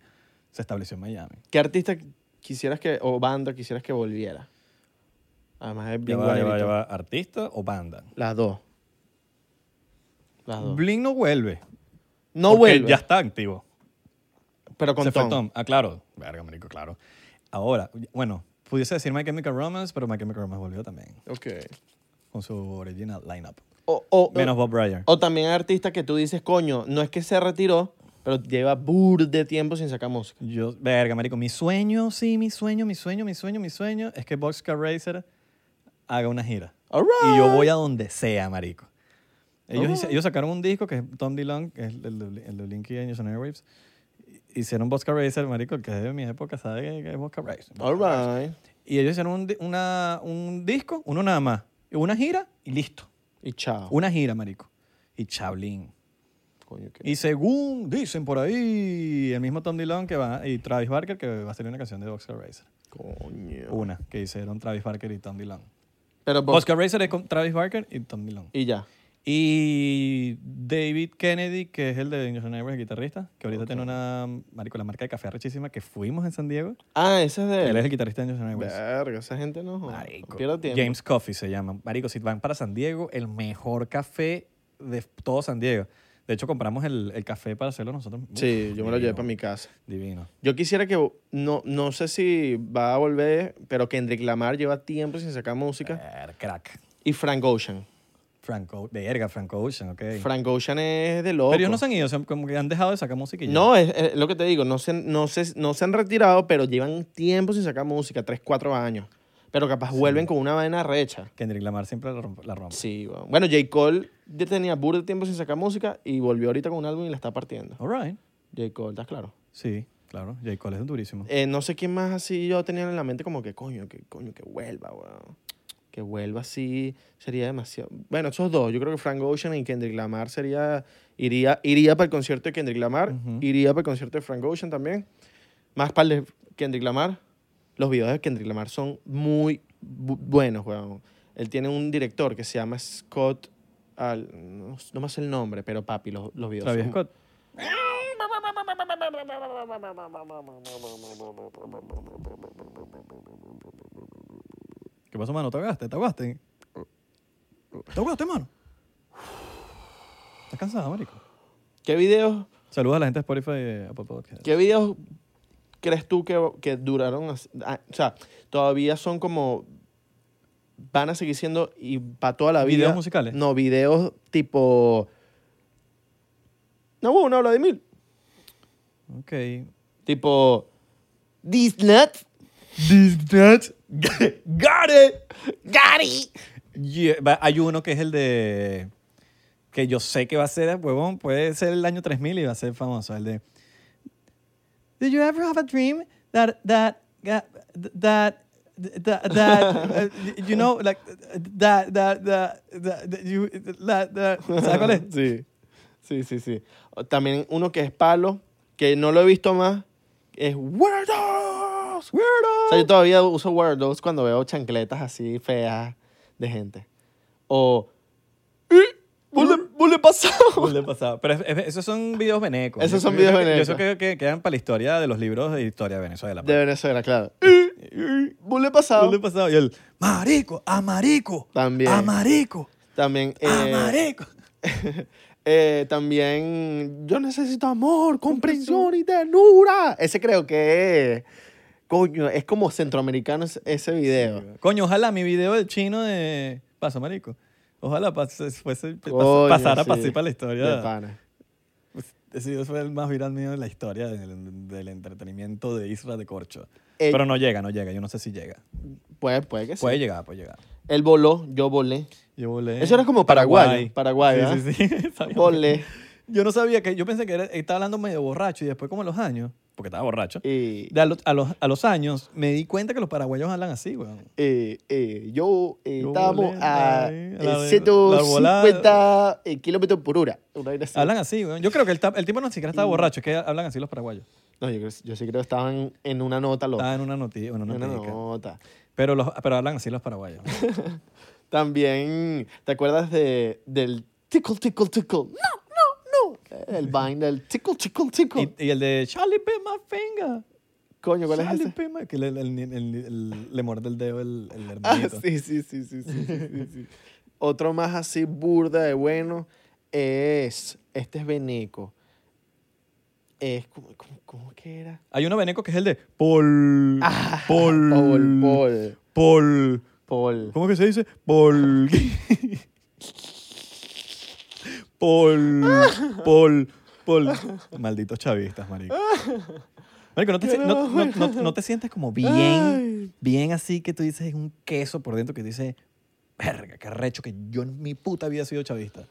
S3: se estableció en Miami.
S1: ¿Qué artista quisieras que, o banda quisieras que volviera? Además es
S3: Ya
S1: bien
S3: va, ya va,
S1: guanerito.
S3: ya va. ¿Artista o banda?
S1: Las dos. Las dos.
S3: Blink no vuelve.
S1: No
S3: porque
S1: vuelve,
S3: Ya está activo.
S1: pero con
S3: se
S1: Tom.
S3: fue Tom. Ah, claro. Verga, marico, claro. Ahora, bueno, pudiese decir My Chemical Romance, pero My Chemical Romance volvió también
S1: Ok.
S3: con su original lineup.
S1: O, o,
S3: Menos Bob Bryan.
S1: o también hay artistas que tú dices, coño, no es que se retiró, pero lleva bur de tiempo sin sacar música.
S3: Yo, verga, marico, mi sueño, sí, mi sueño, mi sueño, mi sueño, mi sueño es que Boxcar Racer haga una gira.
S1: All right.
S3: Y yo voy a donde sea, marico.
S1: Oh.
S3: Ellos, hice- ellos sacaron un disco que es Tom DeLonge, que es el, el, el de Linky Angels and Airwaves. Hicieron Boxcar Racer, marico, el que es de mi época sabe que- que es Boxcar Racer.
S1: All right.
S3: Y ellos hicieron un, di- una- un disco, uno nada más, y una gira y listo.
S1: Y chao.
S3: Una gira, marico. Y chablín.
S1: Coño, qué-
S3: Y según dicen por ahí, el mismo Tom Dillon que va, y Travis Barker, que va a salir una canción de Boxcar Racer.
S1: Coño.
S3: Una que hicieron Travis Barker y Tom Dillon.
S1: Pero vos-
S3: Boxcar Racer es con Travis Barker y Tom Dillon.
S1: Y ya.
S3: Y David Kennedy, que es el de Angels and Airwaves, el guitarrista, que ahorita tiene una, marico, la marca de café rechísima que fuimos en San Diego.
S1: Ah, ese es de
S3: Él
S1: él.
S3: es el guitarrista de Angels and Airwaves.
S1: Verga, esa gente no. joda.
S3: Marico.
S1: Pierda tiempo.
S3: James Coffee se llama. Marico, si van para San Diego, el mejor café de todo San Diego. De hecho, compramos el, el café para hacerlo nosotros.
S1: Sí,
S3: Uf,
S1: yo me lo llevé
S3: divino,
S1: para mi casa.
S3: Divino.
S1: Yo quisiera que, no, no sé si va a volver, pero Kendrick Lamar lleva tiempo sin sacar música.
S3: Er, crack.
S1: Y Frank Ocean.
S3: Franco, de erga, Franco Ocean, ok.
S1: Frank Ocean es de loco.
S3: Pero ellos no se han ido, son como que han dejado de sacar música y ya.
S1: No, es, es lo que te digo, no se, no, se, no se han retirado, pero llevan tiempo sin sacar música, 3, 4 años. Pero capaz vuelven con una vaina recha.
S3: Kendrick Lamar siempre la rompe. la rompe.
S1: Sí, weón. bueno, J. Cole ya tenía burro de tiempo sin sacar música y volvió ahorita con un álbum y la está partiendo.
S3: All right.
S1: J. Cole, ¿estás claro?
S3: Sí, claro. J. Cole es durísimo.
S1: Eh, no sé quién más así yo tenía en la mente como que coño, que coño, que vuelva, weón. Que vuelva así sería demasiado. Bueno, esos dos, yo creo que Frank Ocean y Kendrick Lamar sería iría iría para el concierto de Kendrick Lamar,
S3: Ujú.
S1: iría para el concierto de Frank Ocean también. Más para el de Kendrick Lamar. Los videos de Kendrick Lamar son muy bu- buenos, weón. Él tiene un director que se llama Scott Al- no, no me sé el nombre, pero papi, los, los videos
S3: Travis
S1: son-
S3: Scott. ¿Qué pasó, mano? ¿Te ahogaste? ¿Te ahogaste? ¿Te ahogaste, mano? ¿Estás cansado, marico?
S1: ¿Qué videos
S3: Saludos a la gente de Spotify y Apple Podcast.
S1: ¿Qué videos crees tú que, que duraron? as- ah, o sea, todavía son como. Van a seguir siendo y para toda la vida.
S3: ¿Videos musicales?
S1: No, videos tipo. No, bueno, habla de mil.
S3: Ok.
S1: Tipo. This nut.
S3: This nut. Got it.
S1: Gary.
S3: Yeah, va- Hay uno que es el de... Que yo sé que va a ser, huevón, puede ser el año 3000 y va a ser famoso. El de... Did you ever have a dream that... That... That... That... That... that, uh, you know, like... That... That... That... that, that you, that, that. ¿Sabes cuál es?
S1: Sí. Sí, sí, sí. O También uno que es palo, que no lo he visto más, es Weirdos. O sea, yo todavía uso Weirdos cuando veo chancletas así feas de gente. O. "Eh, ¿Vos le, vos le pasado?
S3: Cool de pasado. Pero es- es- esos son videos venecos.
S1: Esos
S3: Yo-
S1: son
S3: yo
S1: videos
S3: creo que-
S1: venecos.
S3: Yo creo que, que quedan para la historia de los libros de historia de Venezuela.
S1: De
S3: pues.
S1: Venezuela, claro. "Eh, eh, ¿Vos le pasado?
S3: Cool de pasado. Y el marico, amarico.
S1: También.
S3: Amarico.
S1: También. eh,
S3: Amarico.
S1: eh, también. Yo necesito amor, comprensión y ternura. Ese creo que es. Coño, es como centroamericano ese- ese video.
S3: Coño, ojalá mi video del chino de Paso Marico. Ojalá pas- fuese, pas-
S1: Coño,
S3: pasara
S1: sí.
S3: para así para la historia.
S1: De pana.
S3: Pues, Ese video fue el más viral mío de la historia del, del entretenimiento de Isra de Corcho.
S1: Eh,
S3: Pero no llega, no llega. Yo no sé si llega.
S1: Puede, puede que sí.
S3: Puede llegar, puede llegar.
S1: Él voló, yo volé.
S3: Yo volé.
S1: Eso era como paraguayo, paraguayo,
S3: Sí, sí, sí. Sabía-
S1: Volé.
S3: Yo no sabía que. Yo pensé que era- estaba hablando medio borracho y después, como a los años, porque estaba borracho,
S1: Y,
S3: de a, los, a, los, a los años me di cuenta que los paraguayos hablan así, weón.
S1: eh, eh, yo eh,
S3: Yo
S1: estábamos
S3: volé,
S1: a
S3: ahí,
S1: eh,
S3: a la- la
S1: 150 eh, kilómetros por hora. Una vaina así.
S3: Hablan así, weón. Yo creo que el, ta- el tipo no siquiera estaba borracho, es que hablan así los paraguayos.
S1: No, yo, creo- yo sí creo que estaban en una nota loca.
S3: Estaba Ah, en una noticia. Una
S1: Una
S3: notica.
S1: nota.
S3: pero, los, pero hablan así los paraguayos. weón.
S1: También, ¿te acuerdas de, del tickle, tickle, tickle? No, no, no. El vaina del tickle, tickle, tickle.
S3: y, y el de Charlie P. My finger.
S1: Coño, ¿cuál es
S3: Charlie
S1: ese?
S3: P. my-" Que le, el- el- el- el- le muerde el dedo el, el
S1: Ah,
S3: hermanito.
S1: sí, sí, sí, sí, sí, sí, sí, sí. Otro más así burda de bueno es, este es Beneco. Es, ¿cómo, cómo, cómo que era?
S3: Hay uno veneco que es el de Pol. Pol.
S1: Ah, Paul, Paul,
S3: Pol.
S1: Paul.
S3: ¿Cómo que se dice? Pol. Pol. Pol. Pol. Malditos chavistas, marico. Marico, ¿no te, si- no, no- no- no te sientes como bien, bien así que tú dices un queso por dentro que dice, verga, qué recho, que yo en mi puta vida he sido chavista.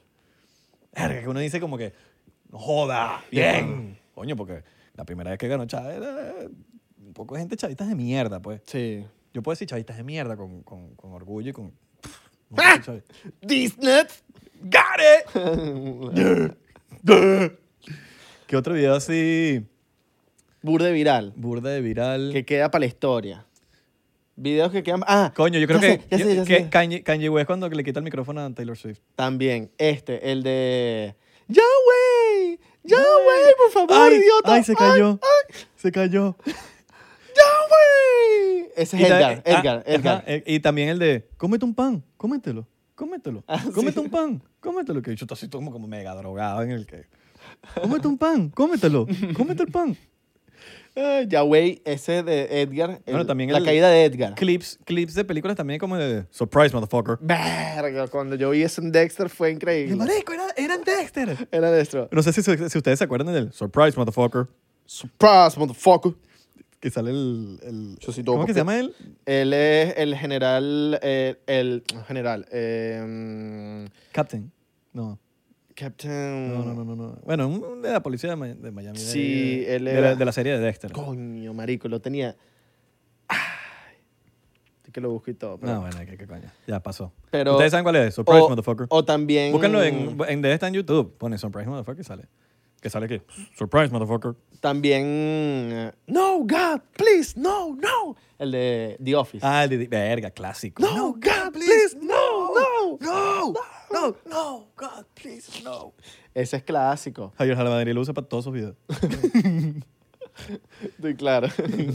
S3: Verga, que uno dice como que, no joda, bien. Coño, porque la primera vez que ganó Chávez era un poco de gente chavistas de mierda, pues.
S1: Sí.
S3: Yo puedo decir chavistas de mierda con, con, con orgullo y con... no
S1: ¡Ah!
S3: soy chavista.
S1: Disney.
S3: ¡Got it! ¿Qué otro video así
S1: Burda de viral,
S3: burda de viral?
S1: que queda para la historia. Videos que quedan... Ah,
S3: Coño, yo creo
S1: ya
S3: que,
S1: sé, ya sé, ya
S3: que
S1: sé.
S3: Kanye, Kanye West cuando le quita el micrófono a Taylor Swift.
S1: También, este, el de... Yahweh, Yahweh, por favor,
S3: ¡Ay,
S1: idiota.
S3: ay, se cayó! Se cayó.
S1: Yahweh. Ese
S3: Y
S1: Este es
S3: ta-
S1: Edgar,
S3: ah,
S1: Edgar,
S3: ajá,
S1: Edgar.
S3: eh, y también el de, cómete un pan, cómetelo, cómetelo,
S1: Ah, sí.
S3: cómete un pan, cómetelo. Que yo estoy como, como mega drogado en el que... Cómete un pan, cómetelo, cómete el pan.
S1: Ay, Ah, Yahweh, ese de Edgar. el-
S3: Bueno, también
S1: la
S3: el-
S1: caída de Edgar.
S3: Clips, clips de películas también como de, surprise, motherfucker.
S1: Verga, cuando yo vi eso en Dexter fue
S3: El
S1: increíble.
S3: marico era, era en Dexter.
S1: Era nuestro.
S3: No sé si, si ustedes se acuerdan del surprise, motherfucker,
S1: Surprise, motherfucker.
S3: que sale el... el
S1: Yo sí todo
S3: ¿Cómo que se
S1: porque-
S3: llama él?
S1: Él es el general. eh, el no, general. eh,
S3: Captain. No.
S1: Captain.
S3: No, no, no, no, no. Bueno, un- un de la policía de, Ma- de Miami. de-
S1: Sí,
S3: de,
S1: él
S3: de
S1: era-
S3: la, de la serie de Dexter.
S1: Coño, marico, lo tenía. Ay, que lo busco y todo. pero-
S3: No, bueno, qué, qué coño. Ya pasó.
S1: Pero-
S3: Ustedes saben cuál es. Surprise,
S1: o,
S3: motherfucker.
S1: o también.
S3: Búsquenlo en, en de esta en YouTube. Pone Surprise, motherfucker y sale. Que sale aquí. Surprise, motherfucker.
S1: También. eh, No, God, please, no, no. El de The Office.
S3: Ah, el de, de- verga, clásico.
S1: God, please, no, no.
S3: no, no, no, God, please, no.
S1: Ese es clásico.
S3: Javier Salamadrid lo usa para todos sus videos.
S1: Estoy claro.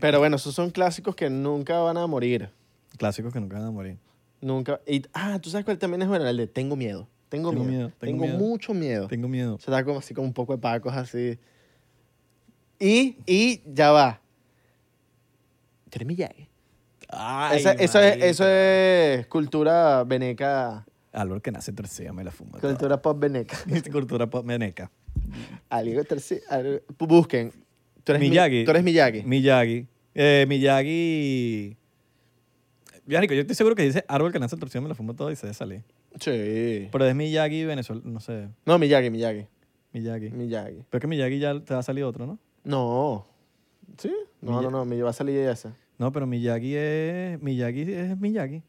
S1: Pero bueno, esos son clásicos que nunca van a morir.
S3: Clásicos que nunca van a morir.
S1: Nunca. y- ah, tú sabes cuál también es bueno, el de tengo miedo. Tengo,
S3: Tengo
S1: miedo.
S3: miedo, tengo
S1: Tengo,
S3: miedo.
S1: mucho miedo.
S3: Tengo miedo.
S1: Se da como así como un poco de pacos así. Y, y ya va. Jeremy Jagger.
S3: Ay,
S1: Esa, eso, es,
S3: marica.
S1: eso es cultura veneca.
S3: Álvaro que nace torcido me la fuma. toda.
S1: Cultura pop veneca.
S3: Cultura pop meneca.
S1: Algo terci- algo- Busquen. Tú eres mi-
S3: Miyagi.
S1: tú eres Miyagi.
S3: Miyagi. Eh, Miyagi. Ya, Nico, yo estoy seguro que dice árbol que nace torcido, me la fumo todo y se debe salir.
S1: Sí.
S3: Pero es Miyagi Venezuela, no sé,
S1: No, Miyagi, Miyagi.
S3: Miyagi.
S1: Miyagi.
S3: Pero es que Miyagi ya te va a salir otro, ¿no?
S1: No. ¿Sí? No,
S3: Miya-
S1: no, no, me va a salir esa.
S3: No, pero Miyagi es Miyagi es Miyagi.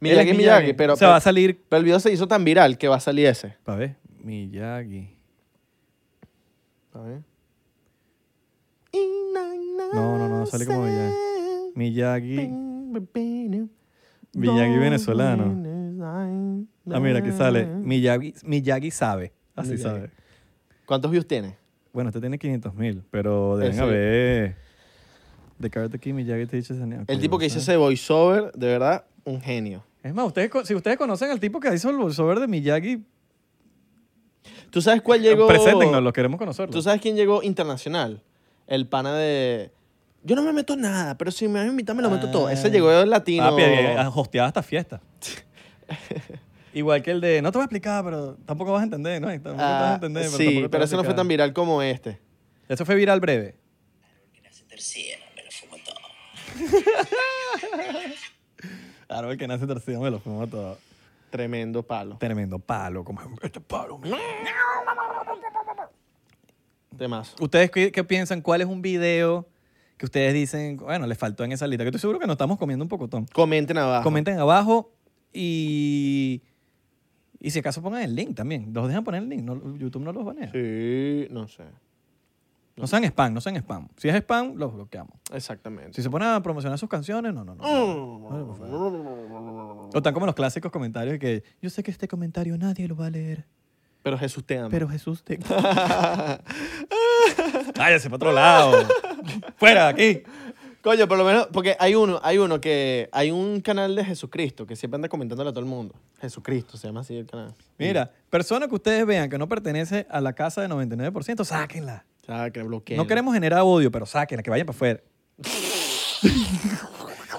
S1: Miyagi,
S3: Él es
S1: Miyagi, pero,
S3: O sea,
S1: pero,
S3: va a salir,
S1: pero el video se hizo tan viral que va a salir ese.
S3: pa ver, Miyagi.
S1: A ver.
S3: No, no, no, sale como Miyagi. Miyagi,
S1: Miyagi
S3: Miyagi venezolano. Ah, mira, aquí sale Miyagi, Miyagi sabe. Así
S1: Miyagi.
S3: sabe.
S1: ¿Cuántos views tiene?
S3: Bueno, este tiene 500 mil, pero deben
S1: Ese-
S3: haber. The Karate Kid, Miyagi Teaches and-
S1: El
S3: Ok,
S1: tipo que hizo
S3: vamos a
S1: ese voiceover, de verdad, un genio.
S3: ver. Es más, ustedes, co- si ustedes conocen al tipo que hizo el voiceover de Miyagi,
S1: ¿Tú sabes cuál llegó?
S3: preséntenos, los queremos conocerlo.
S1: ¿Tú sabes quién llegó internacional? El pana de... Yo no me meto en nada, pero si me van a invitar me lo meto todo. Ese
S3: Ah.
S1: llegó latino.
S3: Ah, pie- eh, hosteaba hasta fiesta. Igual que el de, no te voy a explicar, pero tampoco vas a entender, ¿no? Y Tampoco te vas a
S1: Ah,
S3: entender, pero
S1: sí,
S3: tampoco te
S1: pero
S3: vas a
S1: ese no fue
S3: explicar.
S1: tan viral como este.
S3: Eso fue viral breve.
S4: que nace tercera, me lo fumo todo.
S3: Claro, el que nace torcido me lo fumo todo.
S1: Tremendo palo.
S3: Tremendo palo, como este palo. mira".
S1: Temazo.
S3: ¿Ustedes qué, qué piensan? ¿Cuál es un video que ustedes dicen, bueno, les faltó en esa lista? Que estoy seguro que nos estamos comiendo un pocotón.
S1: Comenten abajo.
S3: Comenten abajo y. Y si acaso pongan el link también. Los dejan poner el link. no- YouTube no los banea.
S1: Sí, no sé.
S3: No sean spam, no sean spam. Si es spam, los bloqueamos.
S1: Exactamente.
S3: Si se ponen a promocionar sus canciones, no, no, no. No, por favor. O están como los clásicos comentarios de que yo sé que este comentario nadie lo va a leer,
S1: Pero Jesús te ama.
S3: pero Jesús te... Cállese para otro lado. Fuera de aquí.
S1: Coño, por lo menos, porque hay uno, hay uno que, hay un canal de Jesucristo que siempre anda comentándole a todo el mundo. Jesucristo se llama así el canal.
S3: Mira, persona que ustedes vean que no pertenece a la casa del 99%, sáquenla.
S1: O sea, que bloqueen.
S3: No queremos generar odio, pero sáquenla, que vayan para afuera.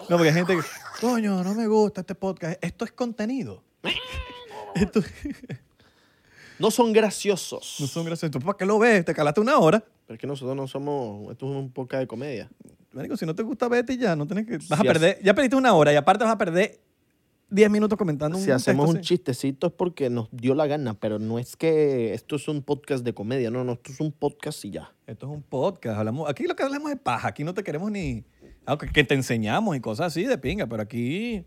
S3: no, porque hay gente que... Coño, no me gusta este podcast. Esto es contenido. Esto...
S1: No son graciosos.
S3: No son graciosos. ¿Tú para qué lo ves? Te calaste una hora.
S1: Pero es que nosotros no somos, esto es un poco de comedia.
S3: Marico, si no te gusta, vete y ya. No tienes que... Vas a
S1: Si hace-
S3: perder... Ya perdiste una hora y aparte vas a perder 10 minutos comentando un
S1: si hacemos
S3: texto
S1: un
S3: así.
S1: chistecito es porque nos dio la gana, pero no es que esto es un podcast de comedia, no, no, esto es un podcast y ya.
S3: Esto es un podcast. Hablamos... Aquí lo que hablamos es paja. Aquí no te queremos ni... Aunque que te enseñamos y cosas así de pinga, pero aquí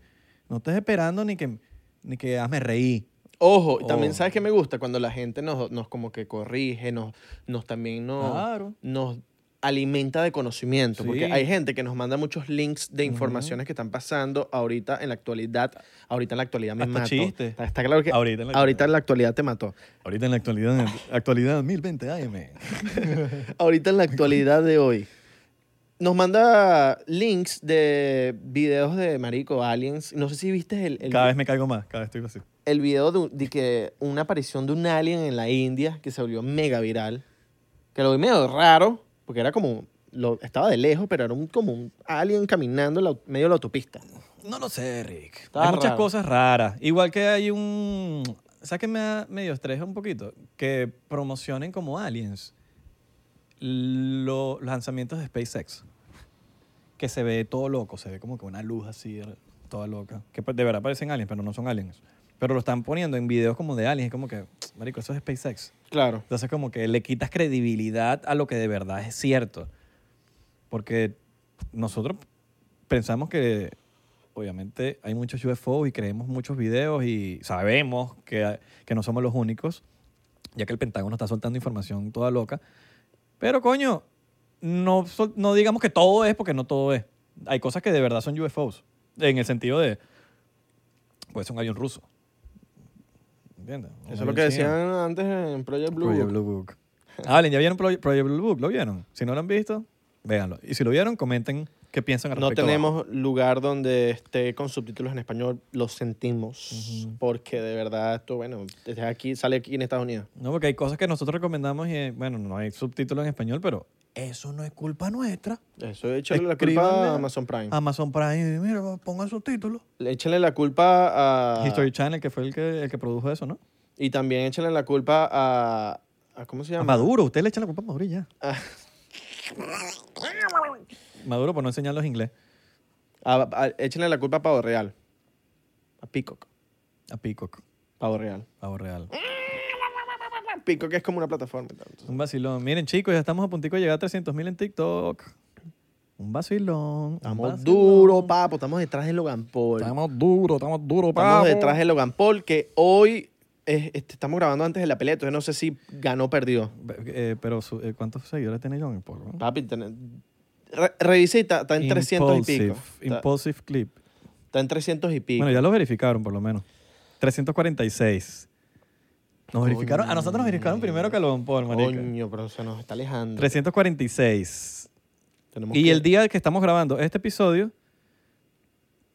S3: no estés esperando ni que, ni que ah, hazme reír.
S1: Ojo, y también
S3: Oh.
S1: sabes que me gusta cuando la gente nos, nos como que corrige, nos, nos también nos,
S3: Claro.
S1: nos alimenta de conocimiento, porque
S3: Sí.
S1: hay gente que nos manda muchos links de informaciones que están pasando ahorita en la actualidad, ahorita en la actualidad me
S3: Hasta
S1: mató.
S3: chistes.
S1: Está, está claro que
S3: Ahorita
S1: ahorita
S3: en
S1: en
S3: la
S1: la, actualidad te mató.
S3: Ahorita en la actualidad, en la actualidad 2020 AM.
S1: Ahorita en la actualidad de hoy. Nos manda links de videos de Marico Aliens. No sé si viste el, el-
S3: Cada vez me caigo más, cada vez estoy así.
S1: el video de, un- de que una aparición de un alien en la India que se volvió mega viral. Que lo vi medio raro, porque era como. Lo, estaba de lejos, pero era un, como un alien caminando en la, medio de la autopista.
S3: No lo sé, Rick.
S1: Está
S3: hay muchas
S1: raro.
S3: cosas raras. Igual que hay un... ¿Sabes qué me da medio estrés un poquito? Que promocionen como aliens lo- los lanzamientos de SpaceX. Que se ve todo loco, se ve como que una luz así, toda loca. Que pa- de verdad parecen aliens, pero no son aliens. Pero lo están poniendo en videos como de aliens. Es como que, marico, eso es SpaceX.
S1: Claro.
S3: Entonces como que le quitas credibilidad a lo que de verdad es cierto. Porque nosotros pensamos que obviamente hay muchos UFO y creemos muchos videos y sabemos que, que no somos los únicos, ya que el Pentágono está soltando información toda loca. Pero coño, no, sol- no digamos que todo es porque no todo es. Hay cosas que de verdad son UFOs, en el sentido de, pues es un avión ruso. ¿Entiendes? Un
S1: Eso es lo
S3: avión
S1: que
S3: chino.
S1: decían antes en Project Blue.
S3: Project
S1: Book.
S3: Blue Book. Hablen, ¿ya vieron Proye- Project Blue Book? ¿Lo vieron? Si no lo han visto, véanlo. Y si lo vieron, comenten qué piensan al
S1: No
S3: respecto. abajo.
S1: tenemos lugar donde esté con subtítulos en español. Lo sentimos. Porque de verdad esto, bueno, desde aquí, sale aquí en Estados Unidos.
S3: No, porque hay cosas que nosotros recomendamos y, eh, bueno, no hay subtítulos en español, pero eso no es culpa nuestra.
S1: Eso échale la
S3: Escríbanle
S1: culpa
S3: a- Ah.
S1: a Amazon Prime.
S3: Amazon Prime, mira, pongan subtítulos.
S1: Échale la culpa a...
S3: History Channel, que fue el que, el que produjo eso, ¿no?
S1: Y también échale la culpa a... a- ¿Cómo se
S3: A
S1: llama?
S3: Maduro, usted le echa la culpa a Maduro y ya.
S1: Ah.
S3: Maduro por no enseñarlos inglés.
S1: A- a- échenle la culpa a Pavo Real. A Peacock.
S3: A Peacock,
S1: Pavo Real. Ah,
S3: Pavo Real.
S1: Peacock es como una plataforma. entonces.
S3: Un vacilón. Miren, chicos, ya estamos a puntico de llegar a 300 mil en TikTok. Un vacilón. un
S1: Estamos
S3: vacilón.
S1: duros, papo. Estamos detrás de Logan Paul. Estamos,
S3: Estamos duros, estamos duros,
S1: detrás de Logan Paul, que hoy es- este, estamos grabando antes de la pelea. Entonces no sé si ganó o perdió.
S3: Eh, pero, su- eh, ¿cuántos seguidores tiene John Paul? no?
S1: Papi, ten- re- revisa y está, está en 300 y pico.
S3: Impulsive,
S1: Está,
S3: Impulsive Clip.
S1: está en 300 y pico.
S3: Bueno, ya lo verificaron, por lo menos. 346. Nos verificaron, a nosotros nos verificaron primero que a Logan Paul, marica.
S1: Coño, pero se nos está alejando.
S3: 346.
S1: Tenemos
S3: Y
S1: que-
S3: el día que estamos grabando este episodio,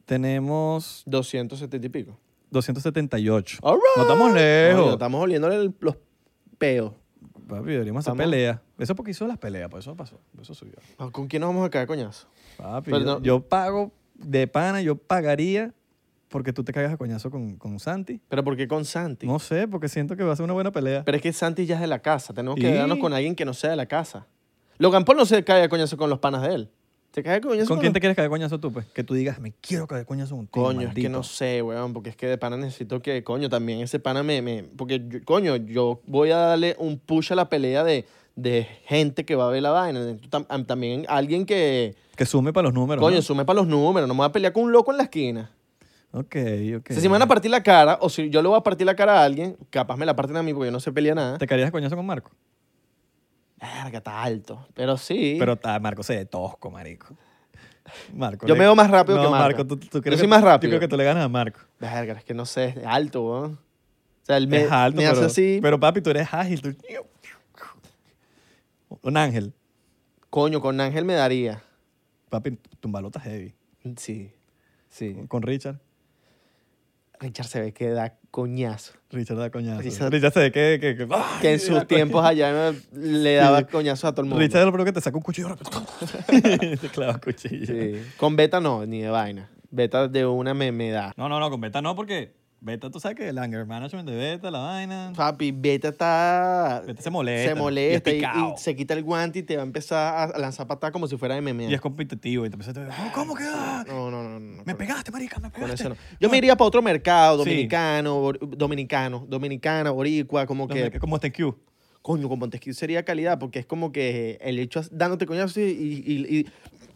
S3: tenemos
S1: 270 y pico.
S3: 278.
S1: All right.
S3: No estamos lejos.
S1: Coño, estamos oliéndole el- los peos.
S3: Papi, deberíamos hacer
S1: Estamos-
S3: pelea. Eso porque hizo las peleas, por eso pasó, por eso subió.
S1: Ah, ¿Con quién nos vamos a caer, coñazo?
S3: Papi,
S1: Pero
S3: yo,
S1: no-
S3: yo pago de pana, yo pagaría porque tú te cagas a coñazo con, con Santi.
S1: Pero ¿por qué con Santi?
S3: No sé, porque siento que va a ser una buena pelea.
S1: Pero es que Santi ya es de la casa. Tenemos que
S3: Y-
S1: quedarnos con alguien que no sea de la casa. Logan Paul no se cae a coñazo con los panas de él. Se cae a coñazo
S3: ¿Con quién
S1: los-
S3: te quieres caer de coñazo tú? Pues que tú digas, me quiero caer de coñazo contigo.
S1: Coño, es que
S3: maldito".
S1: no sé, weón, porque es que de pana necesito que, coño, también ese pana me... me- porque, yo- coño, yo voy a darle un push a la pelea de, de gente que va a ver la vaina. Tú tam- am- también alguien que,
S3: Que sume para los números.
S1: coño,
S3: ¿no?
S1: sume para los números. No me voy a pelear con un loco en la esquina.
S3: Ok, ok.
S1: O sea, si me van a partir la cara, o si yo le voy a partir la cara a alguien, capaz me la parten a mí porque yo no sé pelear nada.
S3: ¿Te caerías de coñazo con Marco?
S1: Verga, está alto. Pero sí.
S3: Pero ta, Marco se ve tosco, marico. Marco.
S1: Yo
S3: le-
S1: me veo más rápido
S3: No,
S1: que Marco.
S3: Marco, tú, tú
S1: Yo
S3: crees
S1: soy
S3: que-
S1: más
S3: Yo
S1: rápido.
S3: creo que tú le ganas a Marco.
S1: Verga, es que no sé, es alto, weón. O sea, él me,
S3: es alto,
S1: me
S3: pero,
S1: hace así.
S3: pero papi, tú eres ágil. tú- Un ángel.
S1: Coño, con Ángel me daría.
S3: Papi, tumbalotas heavy.
S1: Sí. Sí.
S3: Con Richard.
S1: Richard se ve que da coñazo.
S3: Richard da coñazo. Richard,
S1: Richard-
S3: se ve que... que, que, ¡ay!
S1: Que en sus
S3: Da
S1: tiempos allá no- le daba coñazo a todo el mundo.
S3: Richard es lo primero que te saca un cuchillo rápido. te clava un cuchillo.
S1: Sí. Con Beta no, ni de vaina. Beta de una me, me da.
S3: No, no, no, con Beta no, porque Beta, tú sabes que el anger management de Beta, la vaina.
S1: Papi, Beta está...
S3: Beta se molesta.
S1: Se
S3: Y
S1: molesta
S3: es
S1: y,
S3: picao.
S1: y se quita el guante y te va a empezar a- a lanzar patadas como si fuera de MMA.
S3: Y es competitivo y te empiezas a... ¿Cómo que? ah?
S1: No, no, no. no, no
S3: Me
S1: con-
S3: pegaste, marica, me pegaste.
S1: con eso no. Yo me iría para otro mercado,
S3: Sí.
S1: dominicano, bor- dominicano, dominicana, boricua, como que...
S3: Como este Q.
S1: coño, con Montesquieu sería calidad, porque es como que el hecho as- dándote coñazo y, y- y- y-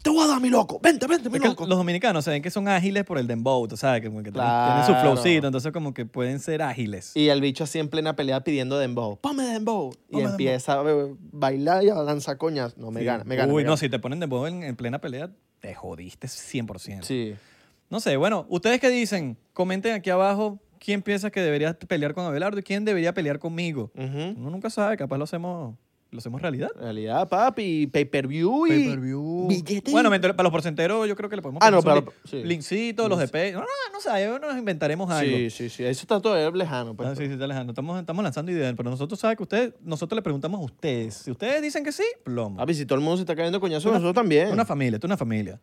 S1: te voy a dar mi loco, vente, vente, mi
S3: Es que
S1: loco.
S3: los dominicanos se ven que son ágiles por el dembow, tú sabes, que, como que tienen-
S1: Claro.
S3: tienen su flowcito, entonces como que pueden ser ágiles.
S1: Y el bicho así en plena pelea pidiendo dembow, ponme dembow. Y
S3: Ponme
S1: empieza a bailar y a lanzar coñas. No, me
S3: Sí.
S1: gana, me gana.
S3: Uy,
S1: me
S3: no,
S1: gana.
S3: si te ponen dembow en, en plena pelea, te jodiste 100%.
S1: Sí.
S3: No sé, bueno, ¿ustedes qué dicen? Comenten aquí abajo quién piensa que debería pelear con Abelardo y quién debería pelear conmigo.
S1: Ujú.
S3: Uno nunca sabe, capaz lo hacemos, lo hacemos realidad.
S1: Realidad, papi, pay-per-view y...
S3: Pay-per-view.
S1: Billete.
S3: Bueno, me enteré- para los porcenteros yo creo que le podemos
S1: Ah, no,
S3: poner
S1: para-
S3: un
S1: sí.
S3: linkcito, los de pay. No, no, no sé, nos inventaremos algo.
S1: Sí, sí, sí. Eso está todavía lejano. Pues.
S3: Ah, sí, sí, está Alejandro. Estamos, estamos lanzando ideas, pero nosotros sabe que ustedes, nosotros le preguntamos a ustedes. Si ustedes dicen que sí, plomo.
S1: Papi, si todo el mundo se está cayendo coñazo, nosotros Ah, también.
S3: Una familia, tú una familia.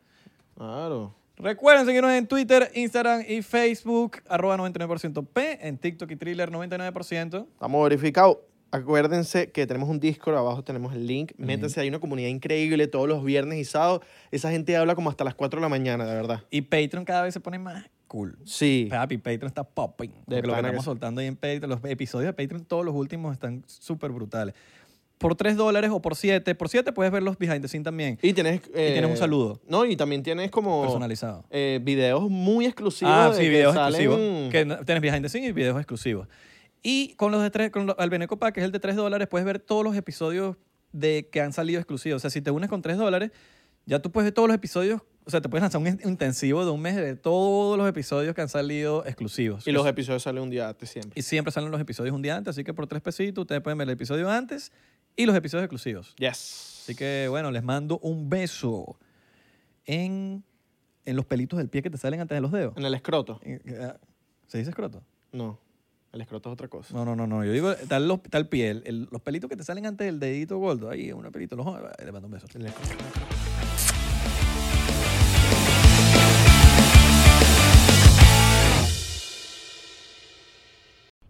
S1: claro.
S3: Recuerden seguirnos en Twitter, Instagram y Facebook, arroba 99% P, en TikTok y Thriller 99%.
S1: Estamos verificados. Acuérdense que tenemos un Discord, abajo tenemos el link. Métanse, hay una comunidad increíble todos los viernes y sábados. Esa gente habla como hasta las 4 de la mañana, de verdad.
S3: Y Patreon cada vez se pone más cool.
S1: Sí.
S3: Papi, Patreon está popping. Porque lo que
S1: pana que
S3: estamos
S1: sí.
S3: soltando ahí en Patreon, los episodios de Patreon, todos los últimos están súper brutales. Por 3 dólares o por 7. Por 7 puedes ver los behind the scenes también.
S1: Y tienes... eh,
S3: tienes un saludo.
S1: No, y también tienes como...
S3: Personalizado.
S1: eh, videos muy exclusivos.
S3: Ah,
S1: de
S3: sí,
S1: que
S3: videos
S1: salen-
S3: exclusivos. Que no- tienes behind the scenes y videos exclusivos. Y con los de tres, con lo- el Beneco Pack, que es el de 3 dólares, puedes ver todos los episodios de que han salido exclusivos. O sea, si te unes con 3 dólares, ya tú puedes ver todos los episodios. O sea, te puedes lanzar un in- intensivo de un mes de todos los episodios que han salido exclusivos.
S1: Y los episodios salen un día antes siempre.
S3: Y siempre salen los episodios un día antes, así que por tres pesitos ustedes pueden ver el episodio antes y los episodios exclusivos.
S1: Yes.
S3: Así que bueno, les mando un beso en, en los pelitos del pie que te salen antes de los dedos.
S1: En el escroto.
S3: eh, ¿Se dice escroto?
S1: No. El escroto es otra cosa.
S3: No, no, no, no. Yo digo tal, los, tal pie, el- el- los pelitos que te salen antes del dedito gordo. Ahí, una pelito, los ojos, le mando un beso.
S1: En el escroto.